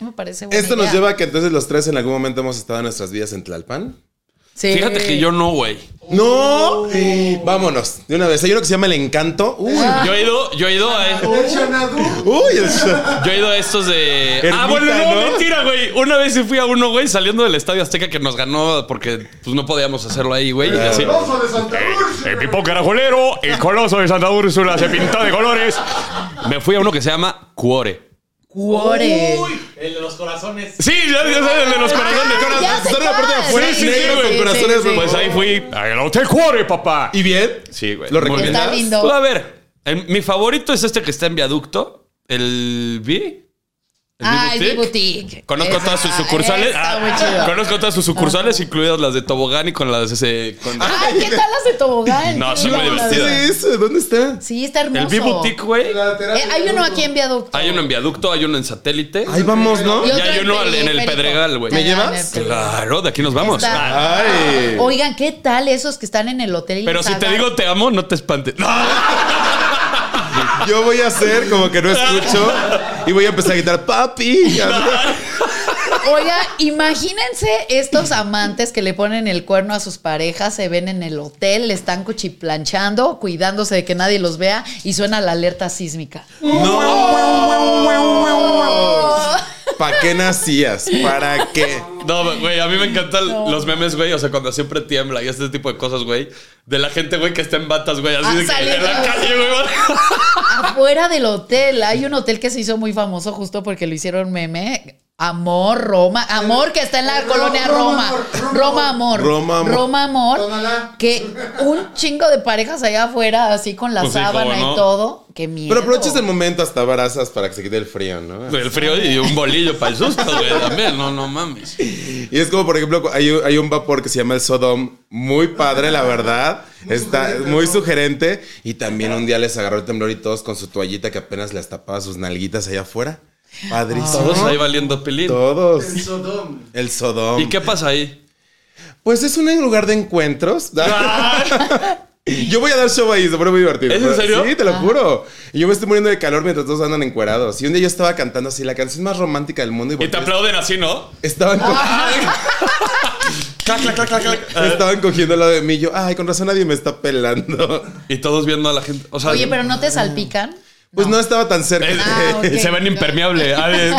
S3: me parece buena
S2: Esto nos
S3: idea.
S2: lleva a que entonces los tres en algún momento hemos estado en nuestras vidas en Tlalpan.
S3: Sí.
S1: Fíjate que yo no, güey.
S2: ¡No! Vámonos. De una vez. Hay uno que se llama El Encanto. Uy,
S1: Yo he ido, yo he ido a. e-,
S4: El Xanadu.
S2: uy, el-
S1: Yo he ido a estos de.
S2: Ermita,
S1: ah, bueno, no,
S2: ¿no?
S1: mentira, güey. Una vez sí fui a uno, güey, saliendo del Estadio Azteca que nos ganó porque pues no podíamos hacerlo ahí, güey. y así.
S4: Oso de Santa Úrsula.
S1: El pipón carajolero, el coloso de Santa Úrsula se pintó de colores. Me fui a uno que se llama Cuore.
S3: Cuore.
S6: El de los corazones.
S1: Sí, ya, ya sabes, el de los corazones.
S3: Ah, ya sé
S2: Está en la parte de
S3: cuál.
S2: afuera,
S3: Sí,
S2: negro,
S3: sí,
S2: con
S3: sí,
S2: corazones
S3: sí, sí.
S1: Pues ahí fui al Hotel Cuore, papá.
S2: ¿Y bien?
S1: Sí, güey.
S2: ¿Lo
S1: Muy bien.
S2: recomiendas?
S3: Está lindo.
S1: Pues, a ver, el- mi favorito es este que está en viaducto, el B. El
S3: Ah, el
S1: B
S3: B Boutique.
S1: Conozco
S3: Esa-
S1: todas sus sucursales.
S3: está
S1: Ah,
S3: muy chido.
S1: conozco todas sus sucursales, incluidas las de Tobogán y con las ese. con-
S3: Ay, ¿qué tal las de tobogán?
S1: No, sí, muy
S2: ¿Qué
S1: divertida.
S2: es eso? ¿Dónde está?
S3: Sí, está hermoso.
S1: el B Boutique, güey.
S4: La terapia
S3: Eh, hay uno aquí en Viaducto.
S1: Hay uno en viaducto, hay uno en satélite.
S2: Ahí vamos, ¿no?
S3: Y otro
S1: Ya hay uno al- en el
S3: periférico.
S1: Pedregal, güey.
S3: Ah,
S1: ¿Me
S3: en el
S2: llevas?
S3: Pedregal.
S1: Claro, de aquí nos vamos.
S3: Está-
S1: Ah,
S2: Ay.
S3: Oigan, ¿qué tal esos que están en el hotel?
S1: Pero si te
S3: Zagar?
S1: digo te amo, no te espantes. No,
S2: Yo voy a hacer como que no escucho y voy a empezar a gritar, papi.
S3: Oiga, imagínense estos amantes que le ponen el cuerno a sus parejas, se ven en el hotel, le están cuchiplanchando, cuidándose de que nadie los vea y suena la alerta sísmica.
S2: No. ¿Para qué nacías? ¿Para qué?
S1: No, güey, a mí me encantan los memes, güey. O sea, cuando siempre tiembla y este tipo de cosas, güey. De la gente, güey, que está en batas, güey. Así
S3: Ah,
S1: de que
S3: sale,
S1: en la
S3: güey.
S1: calle, güey.
S3: Afuera del hotel, hay un hotel que se hizo muy famoso justo porque lo hicieron meme. Amor, Roma, amor que está en la
S4: Ro-
S3: colonia
S4: Roma,
S3: Roma.
S4: amor, Roma,
S3: Roma, amor.
S2: Roma, amor.
S3: Roma, amor.
S4: Tómala.
S3: Que un chingo de parejas allá afuera, así con la
S1: Pues sí,
S3: sábana
S1: cómo no.
S3: y todo. Qué miedo.
S2: Pero aprovechas el momento hasta abrazas para que se quite el frío, ¿no?
S1: El frío y un bolillo para el susto, güey. También, no, no mames.
S2: Y es como, por ejemplo, hay, un- hay un vapor que se llama el Sodom, muy padre, la verdad. Está muy sugerente. Y también un día les agarró el temblor y todos con su toallita que apenas les tapaba sus nalguitas allá afuera. Padrísimo.
S1: Todos ahí valiendo pilín.
S2: Todos.
S4: En Sodom.
S2: El Sodom.
S1: ¿Y qué pasa ahí?
S2: Pues es un lugar de encuentros. [LAUGHS] Yo voy a dar show ahí, se pone muy divertido.
S1: Ah. ¿Es en
S2: Pero-
S1: serio?
S2: Sí, te lo juro. Y yo me estoy muriendo de calor mientras todos andan encuerados. Y un día yo estaba cantando así la canción más romántica del mundo y,
S1: Y te
S2: volteé-
S1: aplauden así, ¿no?
S2: estaban, co-
S1: Clac, clac, clac, clac, clac.
S2: estaban cogiendo lo de mí. Yo, ay, con razón nadie me está pelando.
S1: Y todos viendo a la gente. O sea,
S3: Oye, pero no te salpican.
S2: Pues no, estaba tan cerca.
S1: [LAUGHS] Eh,
S2: [LAUGHS]
S3: Ah, ok.
S1: se ven
S3: [LAUGHS]
S1: impermeable. A ver,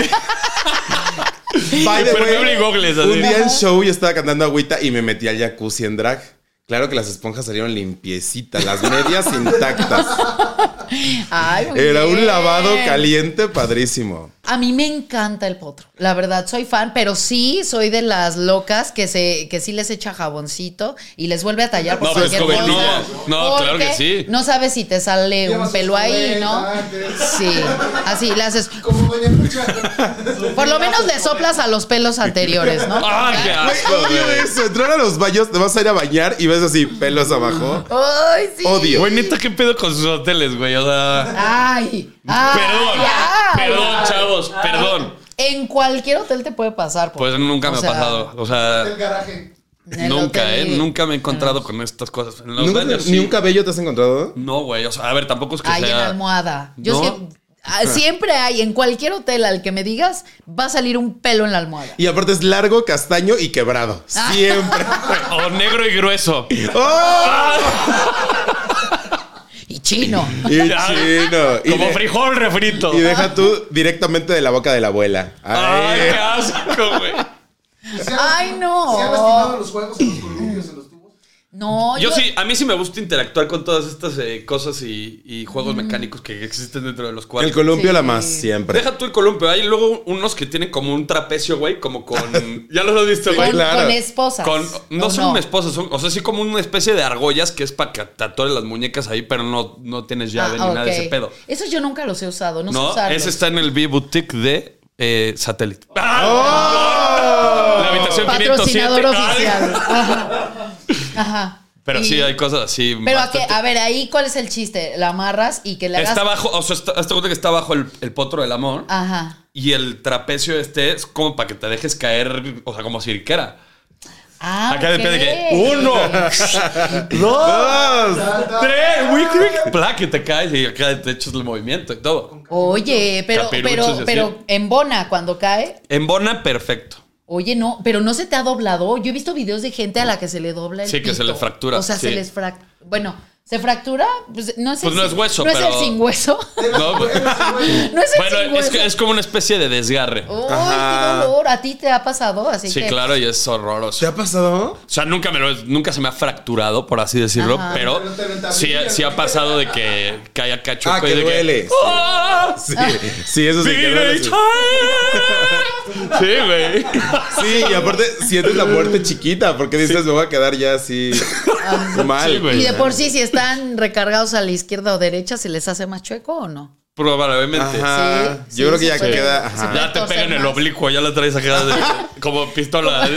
S2: By the
S1: impermeable
S2: way,
S1: y gogles. así.
S2: un día en show yo estaba cantando agüita y me metí al jacuzzi en drag. Claro que las esponjas salieron limpiecitas, las medias intactas.
S3: Ay, muy
S2: Era un
S3: bien.
S2: lavado caliente padrísimo.
S3: A mí me encanta el potro. La verdad, soy fan, pero sí soy de las locas que se, que sí les echa jaboncito y les vuelve a tallar por
S1: No, pues,
S3: cualquier
S1: joven,
S3: cosa.
S1: no. No, claro que
S3: Porque
S1: sí.
S3: No sabes si te sale
S4: Lleva
S3: un
S4: sus
S3: pelo ahí, ¿no?
S4: cubetas,
S3: Sí. Así le haces.
S4: Como Doña Lucha.
S3: Por lo menos le soplas a los pelos anteriores, ¿no?
S1: ¡Ah, qué asco,
S2: Odio
S1: güey!
S2: eso, entrar a los baños, te vas a ir a bañar y ves así pelos abajo.
S3: Ay, sí.
S2: Odio.
S1: Güey, neta, ¿qué pedo con sus hoteles, güey? O sea.
S3: Ay, ay,
S1: Perdón,
S3: ay.
S1: perdón, chavos, perdón.
S3: En cualquier hotel te puede pasar. por-
S1: Pues nunca me
S3: o sea,
S1: ha pasado. O
S4: El
S1: sea,
S4: garaje.
S3: en el
S1: nunca,
S3: hotel
S1: ¿eh?
S3: y-
S1: Nunca me he encontrado con estas cosas. En los
S2: ¿Nunca te-
S1: baños,
S2: ¿Ni
S1: sí.
S2: un cabello te has encontrado?
S1: No, güey. O sea, a ver, tampoco es que
S3: hay en
S1: sea.
S3: almohada. Yo
S1: ¿No?
S3: siempre, ah, siempre hay, en cualquier hotel al que me digas, va a salir un pelo en la almohada.
S2: Y aparte es largo, castaño y quebrado.
S1: Ah.
S2: Siempre.
S1: [LAUGHS] [LAUGHS] O negro y grueso.
S2: ¡Oh!
S3: Y chino.
S1: [LAUGHS]
S2: Y chino. Y
S1: Como
S2: de-
S1: frijol refrito.
S2: Y deja tú directamente de la boca de la abuela.
S1: ¡Ay,
S2: Ay.
S1: qué asco, güey!
S4: Se han-
S3: Ay,
S4: Se han lastimado
S3: no.
S4: los juegos en los columpios, en los tubos.
S3: [LAUGHS] No,
S1: Yo sí, a mí sí me gusta interactuar con todas estas eh, cosas y, y
S3: Mm.
S1: juegos mecánicos que existen dentro de los
S2: El
S1: cuartos.
S2: columpio
S3: Sí.
S2: la más siempre.
S1: Deja tú el columpio. Hay luego unos que tienen como un trapecio, güey, como
S2: [LAUGHS]
S1: con. ya los has visto,
S3: Con,
S1: güey.
S2: claro.
S3: con esposas.
S1: Con, no
S3: ¿o
S1: son esposas, son, o sea, sí como una especie de argollas que es para que te atores las muñecas ahí, pero no, no tienes llave
S3: Ah,
S1: ni nada de
S3: ok.
S1: ese pedo.
S3: Esos yo nunca los he usado, no, sé
S1: No,
S3: usarlos.
S1: ese está en el B-Boutique de eh, Satélite. ¡Ah! La habitación 507.
S3: Patrocinador
S1: Ay.
S3: oficial. Ajá. Ajá.
S1: [LAUGHS] Pero
S3: Y-
S1: sí, hay cosas así.
S3: Pero a,
S1: bastante-
S3: que- a ver, ahí, ¿cuál es el chiste? La amarras y que le hagas. Ah.
S1: Está bajo, o sea, está, hazte cuenta que está bajo el, el potro del amor.
S3: Ajá.
S1: Y el trapecio este es como para que te dejes caer, o sea, como cirquera.
S3: Ah,
S1: Acá depende de que.
S3: ok.
S1: ¡Uno!
S2: ¡Dos!
S1: ¡Tres! ¡Wick, wick! Pla, que te caes y acá te echas el movimiento y todo.
S3: [LAUGHS] Oye, pero,
S1: Caperuchos y así.
S3: pero, pero en Bona, cuando cae,
S1: Embona perfecto.
S3: Oye, no, pero no se te ha doblado. Yo he visto videos de gente a la que se le dobla el
S1: Sí, que se
S3: pito.
S1: le fractura,
S3: O sea,
S1: sí.
S3: se les fractura. Bueno, ¿se fractura? Pues no es,
S1: Pues
S3: el
S1: no
S3: sin-
S1: es hueso,
S3: No es
S1: pero-
S3: el sin hueso. [LAUGHS]
S1: No, pues-
S3: no es Oh, el
S1: bueno,
S3: sin
S1: es,
S3: hueso.
S1: que- es como una especie de desgarre.
S3: ¡Uy,
S2: Ajá.
S3: qué dolor! A ti te ha pasado, así
S1: Sí,
S3: que.
S1: claro, y es
S2: ¿Te
S1: horroroso.
S2: ha pasado?
S1: O sea, nunca, me lo, nunca se me ha fracturado, por así decirlo,
S3: Ajá.
S1: pero
S4: Pero te lo
S1: sí,
S4: tapitas.
S1: sí ha pasado de que ¡Ah! caiga cacho.
S2: Ah, que duele. Sí. Sí, sí, eso sí que duele.
S1: Sí, güey.
S2: Sí, y aparte sientes la muerte chiquita porque dices, me voy a quedar ya así mal.
S1: Sí, güey.
S3: Y de por sí, si están recargados a la izquierda o derecha, ¿se les hace más chueco o no?
S1: Probablemente.
S2: Ajá.
S3: Sí, sí,
S2: Yo creo que
S3: se
S2: ya
S3: puede.
S2: queda.
S3: Se
S2: Ajá.
S3: puede.
S1: Ya te
S3: Torcer
S1: pegan el
S3: más.
S1: oblicuo, ya la traes acá de- como pistola.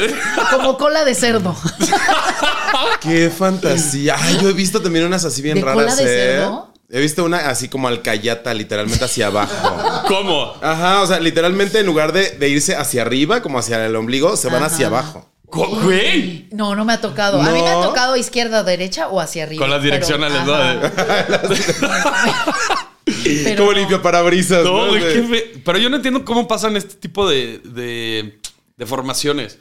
S3: Como cola de cerdo.
S1: [LAUGHS]
S2: Qué fantasía. Ay, yo he visto también unas así bien
S3: ¿De cola
S2: raras.
S3: de
S2: ¿eh?
S3: cerdo?
S2: He visto una así como alcayata, literalmente hacia abajo.
S1: ¿Cómo?
S2: Ajá, o sea, literalmente en lugar de, de irse hacia arriba, como hacia el ombligo, se van hacia abajo.
S1: Co- Güey.
S3: No, no me ha tocado. A mí me ha
S2: No.
S3: tocado izquierda o derecha o hacia arriba.
S1: Con las
S3: pero-
S1: direccionales, ¿no?
S3: Ajá, pero
S2: como
S3: no.
S2: limpiaparabrisas.
S1: No,
S2: ¿no?
S1: güey,
S2: De-
S1: qué fe- Pero yo no entiendo cómo pasan este tipo de, de, de formaciones.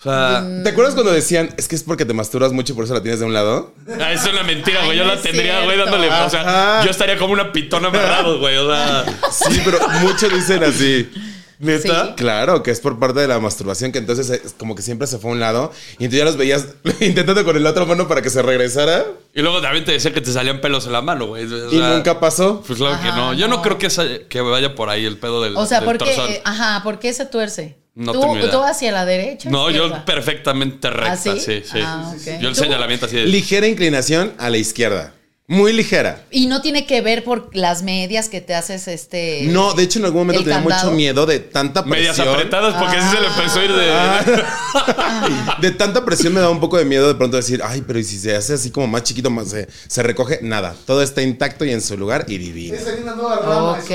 S1: O sea,
S2: ¿Te acuerdas cuando decían, es que es porque te masturbas mucho y por eso la tienes de un lado?
S1: [LAUGHS] ah, es una mentira, güey. Yo
S3: Ay, no
S1: la
S3: es
S1: tendría, güey,
S3: cierto.
S1: dándole. O sea,
S3: [LAUGHS]
S2: Ajá.
S1: yo estaría como una pitona amarrado, güey. O sea,
S2: Sí, pero muchos dicen así. ¿Neta?
S3: Sí.
S2: Claro, que es por parte de la masturbación, que entonces es como que siempre se fue a un lado. Y tú ya los veías [LAUGHS] intentando con el otro mano para que se regresara.
S1: Y luego también te decía que te salían pelos en la mano, güey. O
S2: Y
S1: sea,
S2: nunca pasó.
S1: Pues claro que
S3: Ajá,
S1: no. Yo no,
S3: no.
S1: creo que, esa- que vaya por ahí el pedo del,
S3: O sea,
S1: del
S3: ¿por qué,
S1: torzón.
S3: eh, ajá, ¿por qué se tuerce?
S1: No
S3: ¿Tú,
S1: tengo idea.
S3: tú hacia la derecha? o
S1: no, yo
S3: izquierda?
S1: perfectamente recta,
S3: ¿Ah, sí?
S1: sí, sí.
S3: Ah, ok.
S1: Yo el
S3: ¿Tú?
S1: señalamiento así de...
S2: Ligera inclinación a la izquierda. Muy ligera.
S3: Y no tiene que ver por las medias que te haces este.
S2: No, de hecho en algún momento
S3: ¿El
S2: tenía
S3: candado?
S2: mucho miedo de tanta presión.
S1: Medias apretadas porque así se le empezó a ir de...
S3: Ah,
S2: [LAUGHS] De tanta presión me da un poco de miedo de pronto decir, ay, pero ¿y si se hace así como más chiquito, más se, se recoge? Nada, todo está intacto y en su lugar y divino.
S4: Es una nueva rama.
S3: Ok.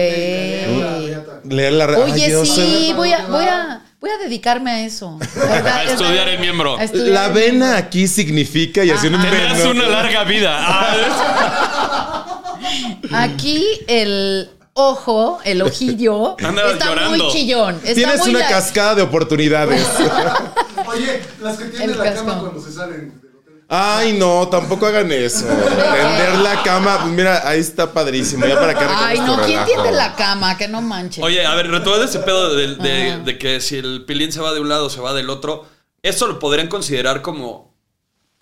S2: Leer la re-
S3: Oye,
S2: Ay, Dios,
S3: sí,
S2: soy-
S4: soy-
S3: voy a, voy a. Voy a dedicarme a eso.
S2: [LAUGHS]
S1: A estudiar el miembro.
S3: A estudiar
S2: La
S3: el
S2: vena
S3: miembro.
S2: aquí significa y así un
S1: Tendrás
S2: veneno.
S1: una larga vida. Ah,
S3: Aquí el ojo,
S1: [LAUGHS]
S3: el ojillo,
S1: Anda
S3: está
S1: llorando.
S3: muy chillón. Está
S2: Tienes
S3: muy
S2: una
S3: la-
S2: cascada de oportunidades.
S4: Oye, las que
S3: El
S4: tienen la
S3: casco.
S4: cama cuando se salen del hotel.
S2: Ay, no, tampoco hagan eso. Tender la cama, mira, ahí está padrísimo. Ya para que
S3: Ay,
S2: recojas
S3: no,
S2: tu
S3: ¿quién
S2: relajo.
S3: tiende la cama? Que no manches.
S1: Oye, a ver, retomando ese pedo de, de- de que si el pilín se va de un lado o se va del otro, ¿eso lo podrían considerar como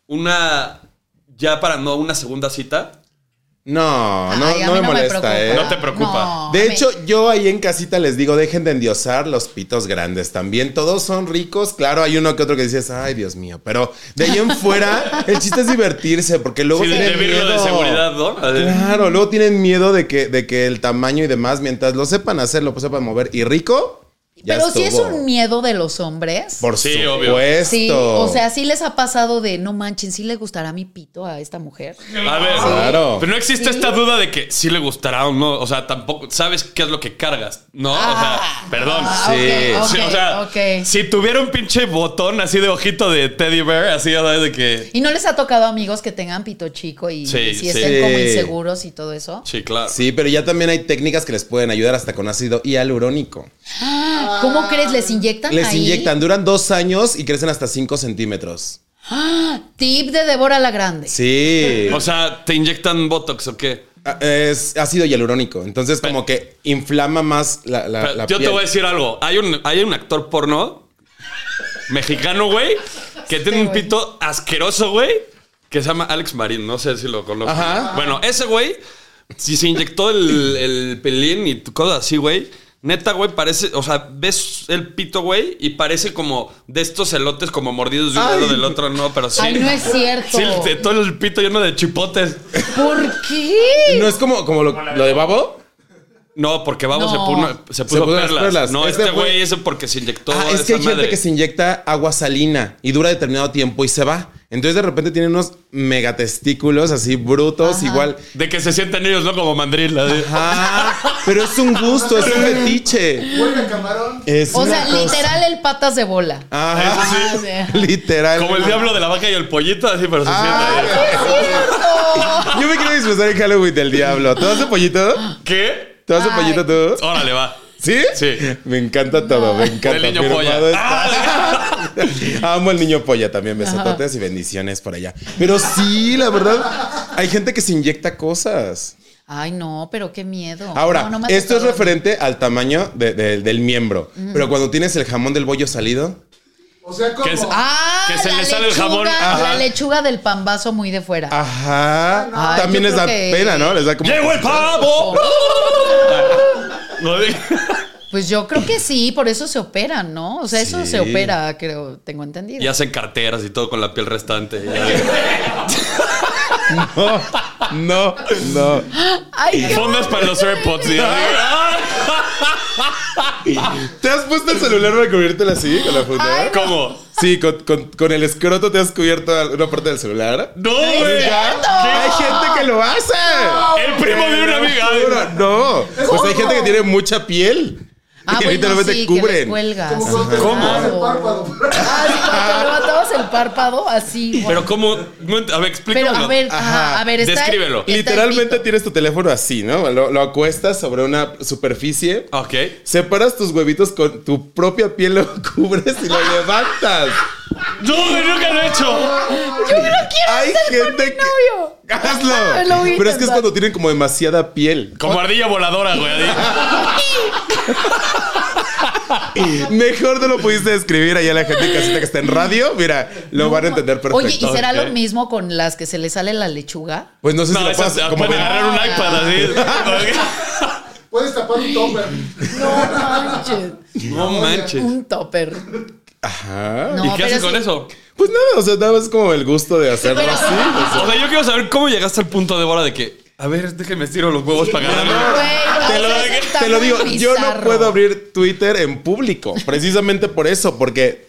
S1: una... ya para no una segunda cita?
S2: No, no,
S3: Ay, a
S2: no
S3: mí
S2: me molesta,
S3: preocupa.
S2: ¿eh?
S1: No te preocupa.
S3: No, a
S2: De
S3: mí-
S2: hecho, yo ahí en casita les digo, dejen de endiosar los pitos grandes también. Todos son ricos. Claro, hay uno que otro que dices, ay, Dios mío. Pero de ahí en
S3: [LAUGHS]
S2: fuera, el chiste es divertirse, porque luego
S1: Sí, de,
S2: tienen
S1: de virgo de
S2: miedo.
S1: seguridad, ¿no?
S2: Claro, luego tienen miedo de que, de que el tamaño y demás, mientras lo sepan hacer, lo sepan mover. Y rico, ya
S3: Pero si es
S2: estuvo.
S3: un miedo de los hombres.
S2: Por
S1: Sí, obvio.
S2: supuesto.
S3: Sí, o sea, sí les ha pasado de no manchen, sí le gustará mi pito a esta mujer.
S1: A ver,
S2: Claro.
S1: pero no existe
S3: Sí.
S1: esta duda de que sí le gustará o no. O sea, tampoco sabes qué es lo que cargas, ¿no?
S3: Ah.
S1: o sea, perdón.
S3: Ah,
S2: ok,
S1: Sí,
S3: ok,
S1: o sea,
S3: ok.
S1: si tuviera un pinche botón así de ojito de teddy bear, así ya sabes de que.
S3: ¿Y no les ha tocado amigos que tengan pito chico y,
S1: Sí,
S3: y
S1: sí.
S3: si estén como
S2: Sí.
S3: inseguros y todo eso?
S1: Sí, claro.
S2: Sí, pero ya también hay técnicas que les pueden ayudar hasta con ácido hialurónico.
S3: Ah, ¿Cómo crees? ¿Les inyectan
S2: Les
S3: ahí?
S2: inyectan, duran dos años y crecen hasta 5 centímetros.
S3: Ah, Tip de Débora la Grande.
S2: Sí.
S1: O sea, ¿te inyectan botox o qué?
S2: Ah, Es ácido hialurónico. Entonces, como que inflama más la, la-
S1: Pero
S2: la
S1: yo te
S2: piel.
S1: voy a decir algo. Hay un, hay un actor porno mexicano, güey, que tiene un
S3: güey.
S1: pito asqueroso, güey, que se llama Alex Marín. No sé si lo conozco.
S2: Ajá.
S1: Bueno, ese güey, si se inyectó el, el pelín y cosas así, güey. Neta, güey, parece, o sea, ves el pito, güey, y parece como de estos elotes como mordidos de un lado del otro, no, pero sí.
S3: Ay, no es cierto.
S1: Sí, el- de todo el pito lleno de chipotes.
S3: ¿Por qué?
S2: ¿No es como, como lo, lo de babo?
S1: No, porque vamos,
S3: No.
S1: se, puso, se puso
S2: puso las
S1: perlas.
S2: perlas.
S1: No,
S2: Este
S1: este
S2: güey-
S1: güey, ese porque se inyectó.
S2: Ah, es
S1: esa
S2: que hay gente
S1: madre.
S2: que se inyecta agua salina y dura determinado tiempo y se va. Entonces, de repente tienen unos megatestículos así brutos, igual.
S1: De que se sienten ellos, ¿no? Como mandril. así.
S2: Ajá. Ah, Pero es un gusto,
S1: [LAUGHS]
S2: es un fetiche.
S4: Vuelve a camarón.
S2: Es
S3: o
S2: una
S3: sea,
S2: cosa-
S3: literal el patas de bola.
S2: Ajá.
S3: Eso sí.
S2: Literal.
S1: Como el diablo de la vaca y el pollito, así, pero se
S2: Ah.
S1: sienten ellos.
S2: Yo me quiero disfrazar en Halloween del diablo. ¿Tú haces pollito?
S1: ¿Qué?
S2: ¿Tú haces
S3: Ay.
S2: pollito tú?
S1: Órale, va.
S2: ¿Sí?
S1: Sí.
S2: Me encanta todo, me encanta.
S1: El niño
S2: Firmado
S1: polla. Ah.
S2: está. [LAUGHS] Amo el niño polla también, besototes y bendiciones por allá. Pero sí, la verdad, hay gente que se inyecta cosas.
S3: [LAUGHS] Ay, no, pero qué miedo.
S2: Ahora,
S3: No, no me ha
S2: esto es
S3: tocado. Mm.
S2: referente al tamaño de- de- del miembro. Pero cuando tienes el jamón del bollo salido,
S4: O sea, como.
S1: es-
S3: Ah,
S1: Que se
S3: la
S1: le sale el
S3: lechuga-
S1: jamón.
S3: La
S2: Ajá. Ah.
S3: lechuga del pambazo muy de fuera.
S2: ajá,
S3: Ay,
S2: también
S3: yo
S2: les da
S3: creo que-
S2: pena, ¿no? Les da como.
S1: ¡Llegó el
S2: [LAUGHS]
S1: pavo! Ah. No, diga-
S3: Pues yo creo que sí, por eso se operan, ¿no? O sea, eso
S2: Sí.
S3: se opera, creo, tengo entendido.
S1: Y hacen carteras y todo con la piel restante. Ya.
S2: No, no,
S3: [LAUGHS]
S2: no.
S3: Ay, qué-
S1: Fondas para los AirPods.
S2: [LAUGHS]
S1: ah, ya.
S2: ¿Te has puesto el celular para cubrírtela así con la funda?
S1: ¿Cómo?
S2: Sí, con, con- con el escroto te has cubierto una parte del celular.
S1: ¡No, güey!
S2: Hay gente que lo hace.
S1: El primo de una amiga.
S2: Juro, No. Pues hay gente que tiene mucha piel.
S3: Ah,
S2: [LAUGHS] y
S3: bueno,
S2: literalmente
S3: sí, que le
S2: cubren.
S3: cuelgas.
S4: Como cuando te
S1: ¿Cómo?
S4: levantas el
S3: Claro.
S4: párpado. [LAUGHS]
S3: Ah, sí, cuando te levantabas el párpado así.
S1: Pero
S3: guau.
S1: ¿cómo? No ent- A ver,
S3: Pero,
S1: explícamelo.
S3: a ver, ajá,
S2: Ajá.
S3: a ver, está el-
S1: Descríbelo.
S3: está el
S2: Literalmente
S3: pito.
S2: tienes tu teléfono así, ¿no? Lo, lo acuestas sobre una superficie.
S1: Ok.
S2: Separas tus huevitos con tu propia piel, lo cubres
S3: [LAUGHS]
S2: y lo levantas.
S1: ¡No, güey, nunca lo he hecho!
S3: Yo no quiero
S2: Hay
S3: hacer con
S2: gente
S3: mi
S2: que-
S3: novio. Ah, [LAUGHS] lo
S2: ¡Hazlo!
S3: voy a
S2: Pero es que es
S3: intentar.
S2: cuando tienen como demasiada piel.
S1: Como ardilla voladora, güey. así.
S2: [LAUGHS] Mejor no lo pudiste describir allá la gente en casita que está en radio. Mira, lo van a entender perfecto.
S3: Oye, ¿y será
S1: ok.
S3: lo mismo con las que se le sale la
S2: [LAUGHS]
S3: lechuga?
S2: Pues no sé si
S1: No,
S2: lo
S1: esas ah,
S2: pasa. Como
S1: pueden
S2: que-
S1: agarrar un
S2: [LAUGHS]
S1: iPad
S4: Puedes tapar un topper.
S3: Manches,
S1: así. no manches.
S3: Un topper.
S2: Ajá.
S3: No,
S1: ¿Y qué haces
S3: pero
S1: con
S3: sí.
S1: eso?
S2: Ah, Pues nada, o sea, nada más como el gusto de hacerlo
S3: Pero-
S2: así. o sea.
S1: O sea, yo quiero saber cómo llegaste al punto de hora de que, a ver, déjenme estiro los huevos para agarrarlo.
S3: Güey,
S2: pues. Te lo,
S3: o sea, eso está
S2: te lo
S3: muy
S2: digo, yo no
S3: bizarro.
S2: puedo abrir Twitter en público, precisamente por eso, porque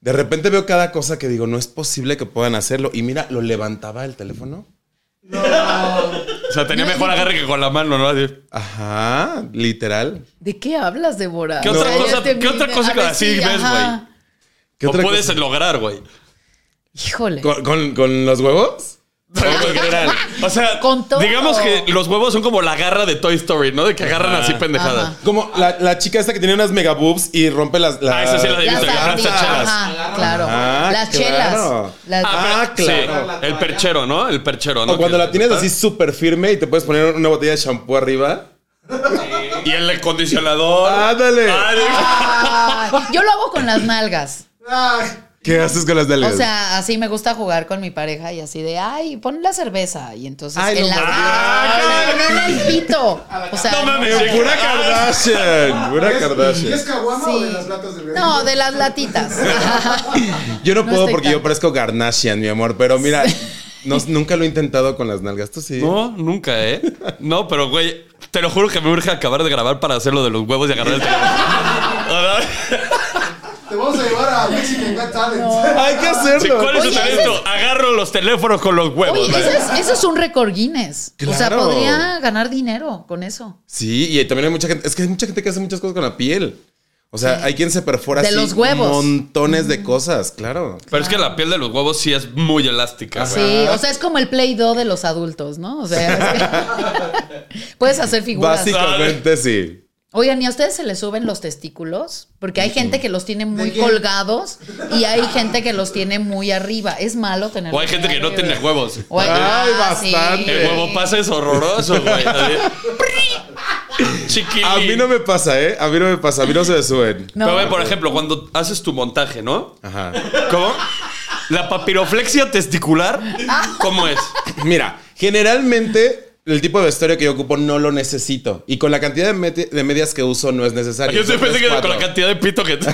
S2: de repente veo cada cosa que digo, no es posible que puedan hacerlo. Y mira, lo levantaba el teléfono.
S1: O sea, tenía mejor agarre que con la mano, ¿no? Así.
S2: Ajá, literal.
S3: ¿De qué hablas, Débora?
S1: ¿Qué
S3: O
S1: otra
S3: sea,
S1: cosa-
S3: ya te
S1: qué otra
S3: mide-
S1: cosa
S3: a
S1: que
S3: ver,
S1: así
S3: sí,
S1: ves,
S3: ajá.
S1: güey? O puedes lograr,
S3: [LAUGHS]
S1: güey.
S3: Híjole.
S2: ¿Con, con- con los huevos?
S1: O sea,
S3: Con todo.
S1: digamos que los huevos son como la garra de Toy Story, ¿no? De que agarran así pendejadas.
S3: Ajá.
S2: Como la, la chica esta que tiene unas mega boobs y rompe las. las
S1: Ah, esa sí la he
S3: Las
S1: visto, que
S3: sandías,
S1: arrastra chelas.
S3: ajá, claro.
S2: Ah,
S3: las
S2: claro.
S3: chelas. Las-
S2: Ah,
S1: pero-
S2: claro.
S1: sí, el perchero, ¿no? El perchero, ¿no?
S2: O cuando
S1: Que-
S2: la tienes así súper firme y te puedes poner una botella de shampoo arriba.
S1: Y el acondicionador.
S2: Ándale.
S1: Ah, de-
S2: Ah.
S3: Ay, yo lo hago con las nalgas.
S4: Ay,
S2: ¿Qué haces con las
S3: O
S2: nalgas?
S3: sea, así me gusta jugar con mi pareja y así de, ay, pon la cerveza. Y entonces
S2: Ay,
S3: en
S2: no
S3: las-
S2: mames.
S3: Ah, no, no, en el pito. O sea,
S1: No mames,
S3: no,
S1: sí.
S2: pura Kardashian. Pura
S4: ¿es-
S2: Kardashian.
S4: ¿Y es caguama o de
S3: Sí.
S4: las latas de verano?
S3: no, de las
S2: [LAUGHS]
S3: latitas.
S2: Yo no,
S3: No
S2: puedo
S3: estoy
S2: porque yo
S3: tan-
S2: parezco Garnashian, mi amor, pero mira, no- nunca lo he intentado con las nalgas. ¿Tú sí?
S1: No, nunca, ¿eh? No, pero güey, te lo juro que me urge acabar de grabar para hacer lo de los huevos y agarrar el
S2: [LAUGHS]
S1: teléfono.
S4: Te vamos a llevar a Mexican Got Talent.
S2: Hay que hacerlo.
S1: Sí, ¿Cuál es su
S3: Oye,
S1: talento? Agarro los teléfonos con los huevos.
S3: Oye, eso es, eso es un récord Guinness. O sea,
S2: Claro.
S3: podría ganar dinero con eso.
S2: Sí, y también hay mucha gente. Es que hay mucha gente que hace muchas cosas con la piel. O sea, hay quien se perfora
S3: De
S2: así
S3: los huevos.
S2: montones de cosas, claro.
S1: Pero es que la piel de los huevos sí es muy elástica. güey.
S3: Ah, Sí, o sea, es como el Play-Doh de los adultos, ¿no? O sea, es
S2: [LAUGHS]
S3: que- puedes hacer figuras.
S2: Básicamente sí.
S3: Oigan, ¿y a ustedes se les suben los testículos? Porque hay gente que los tiene muy colgados y hay gente que los tiene muy arriba. Es malo tener.
S1: O hay gente que no tiene huevos.
S3: O hay- Ah,
S2: Ay, bastante.
S1: El huevo pasa es horroroso, güey. Chiquilín.
S2: A mí no me pasa, ¿eh? A mí no me pasa. A mí no se me suben.
S3: No.
S1: Pero, güey, por ejemplo, cuando haces tu montaje, ¿no?
S2: Ajá.
S1: ¿Cómo? La papiroflexia testicular, ¿cómo es?
S2: Mira, generalmente. El tipo de vestuario que yo ocupo no lo necesito. Y con la cantidad de, meti- de medias que uso no es necesario.
S1: Yo siempre
S2: Son
S1: pensé que
S2: tres,
S1: con la
S2: cuatro.
S1: cantidad de pito
S2: [LAUGHS]
S1: que.
S3: Oye,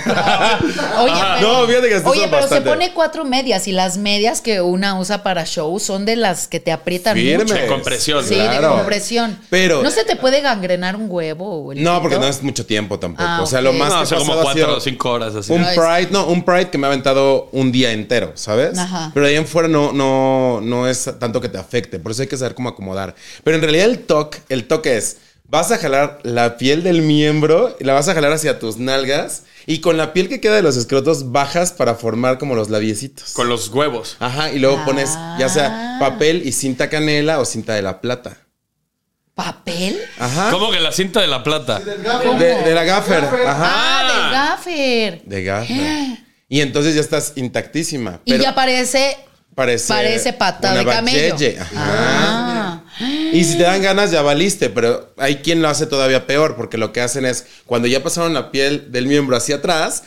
S1: Ajá.
S3: pero,
S2: No, fíjate que sí
S3: oye,
S2: son
S3: pero
S2: bastante.
S3: se pone cuatro medias y las medias que una usa para show son de las que te aprietan
S2: Firmes.
S3: mucho.
S1: De compresión.
S3: Sí,
S2: Claro.
S3: de compresión.
S2: Pero-
S3: ¿No se te puede gangrenar un huevo? o el
S2: No, porque
S3: pito?
S2: no es mucho tiempo tampoco.
S3: Ah,
S2: O sea, lo
S3: ok.
S2: más
S1: No,
S2: que
S1: o sea,
S2: he
S1: como
S2: pasado ha
S1: cuatro
S2: sido
S1: o cinco horas así.
S2: Un
S3: No, es-
S2: Pride, no, un Pride que me ha aventado un día entero, ¿sabes?
S3: Ajá.
S2: Pero de ahí en fuera no, no, no es tanto que te afecte. Por eso hay que saber cómo acomodar. Pero en realidad el toque, el toque es, vas a jalar la piel del miembro, y la vas a jalar hacia tus nalgas y con la piel que queda de los escrotos bajas para formar como los labiecitos.
S1: Con los huevos.
S2: Ajá, y luego pones ya sea
S3: Ah.
S2: papel y cinta canela o cinta de la plata.
S3: ¿Papel?
S2: Ajá.
S1: ¿Cómo que la cinta de la plata?
S4: Del gafo.
S2: De, de la gaffer.
S4: Gaffer.
S2: Ajá.
S3: Ah, de gaffer.
S2: De gaffer. Y entonces ya estás intactísima.
S3: y
S2: Pero
S3: ya parece,
S2: parece,
S3: parece pata
S2: una
S3: de camello.
S2: bachelle. Ajá.
S3: Ah.
S2: Y si te dan ganas, ya valiste. Pero hay quien lo hace todavía peor, porque lo que hacen es cuando ya pasaron la piel del miembro hacia atrás,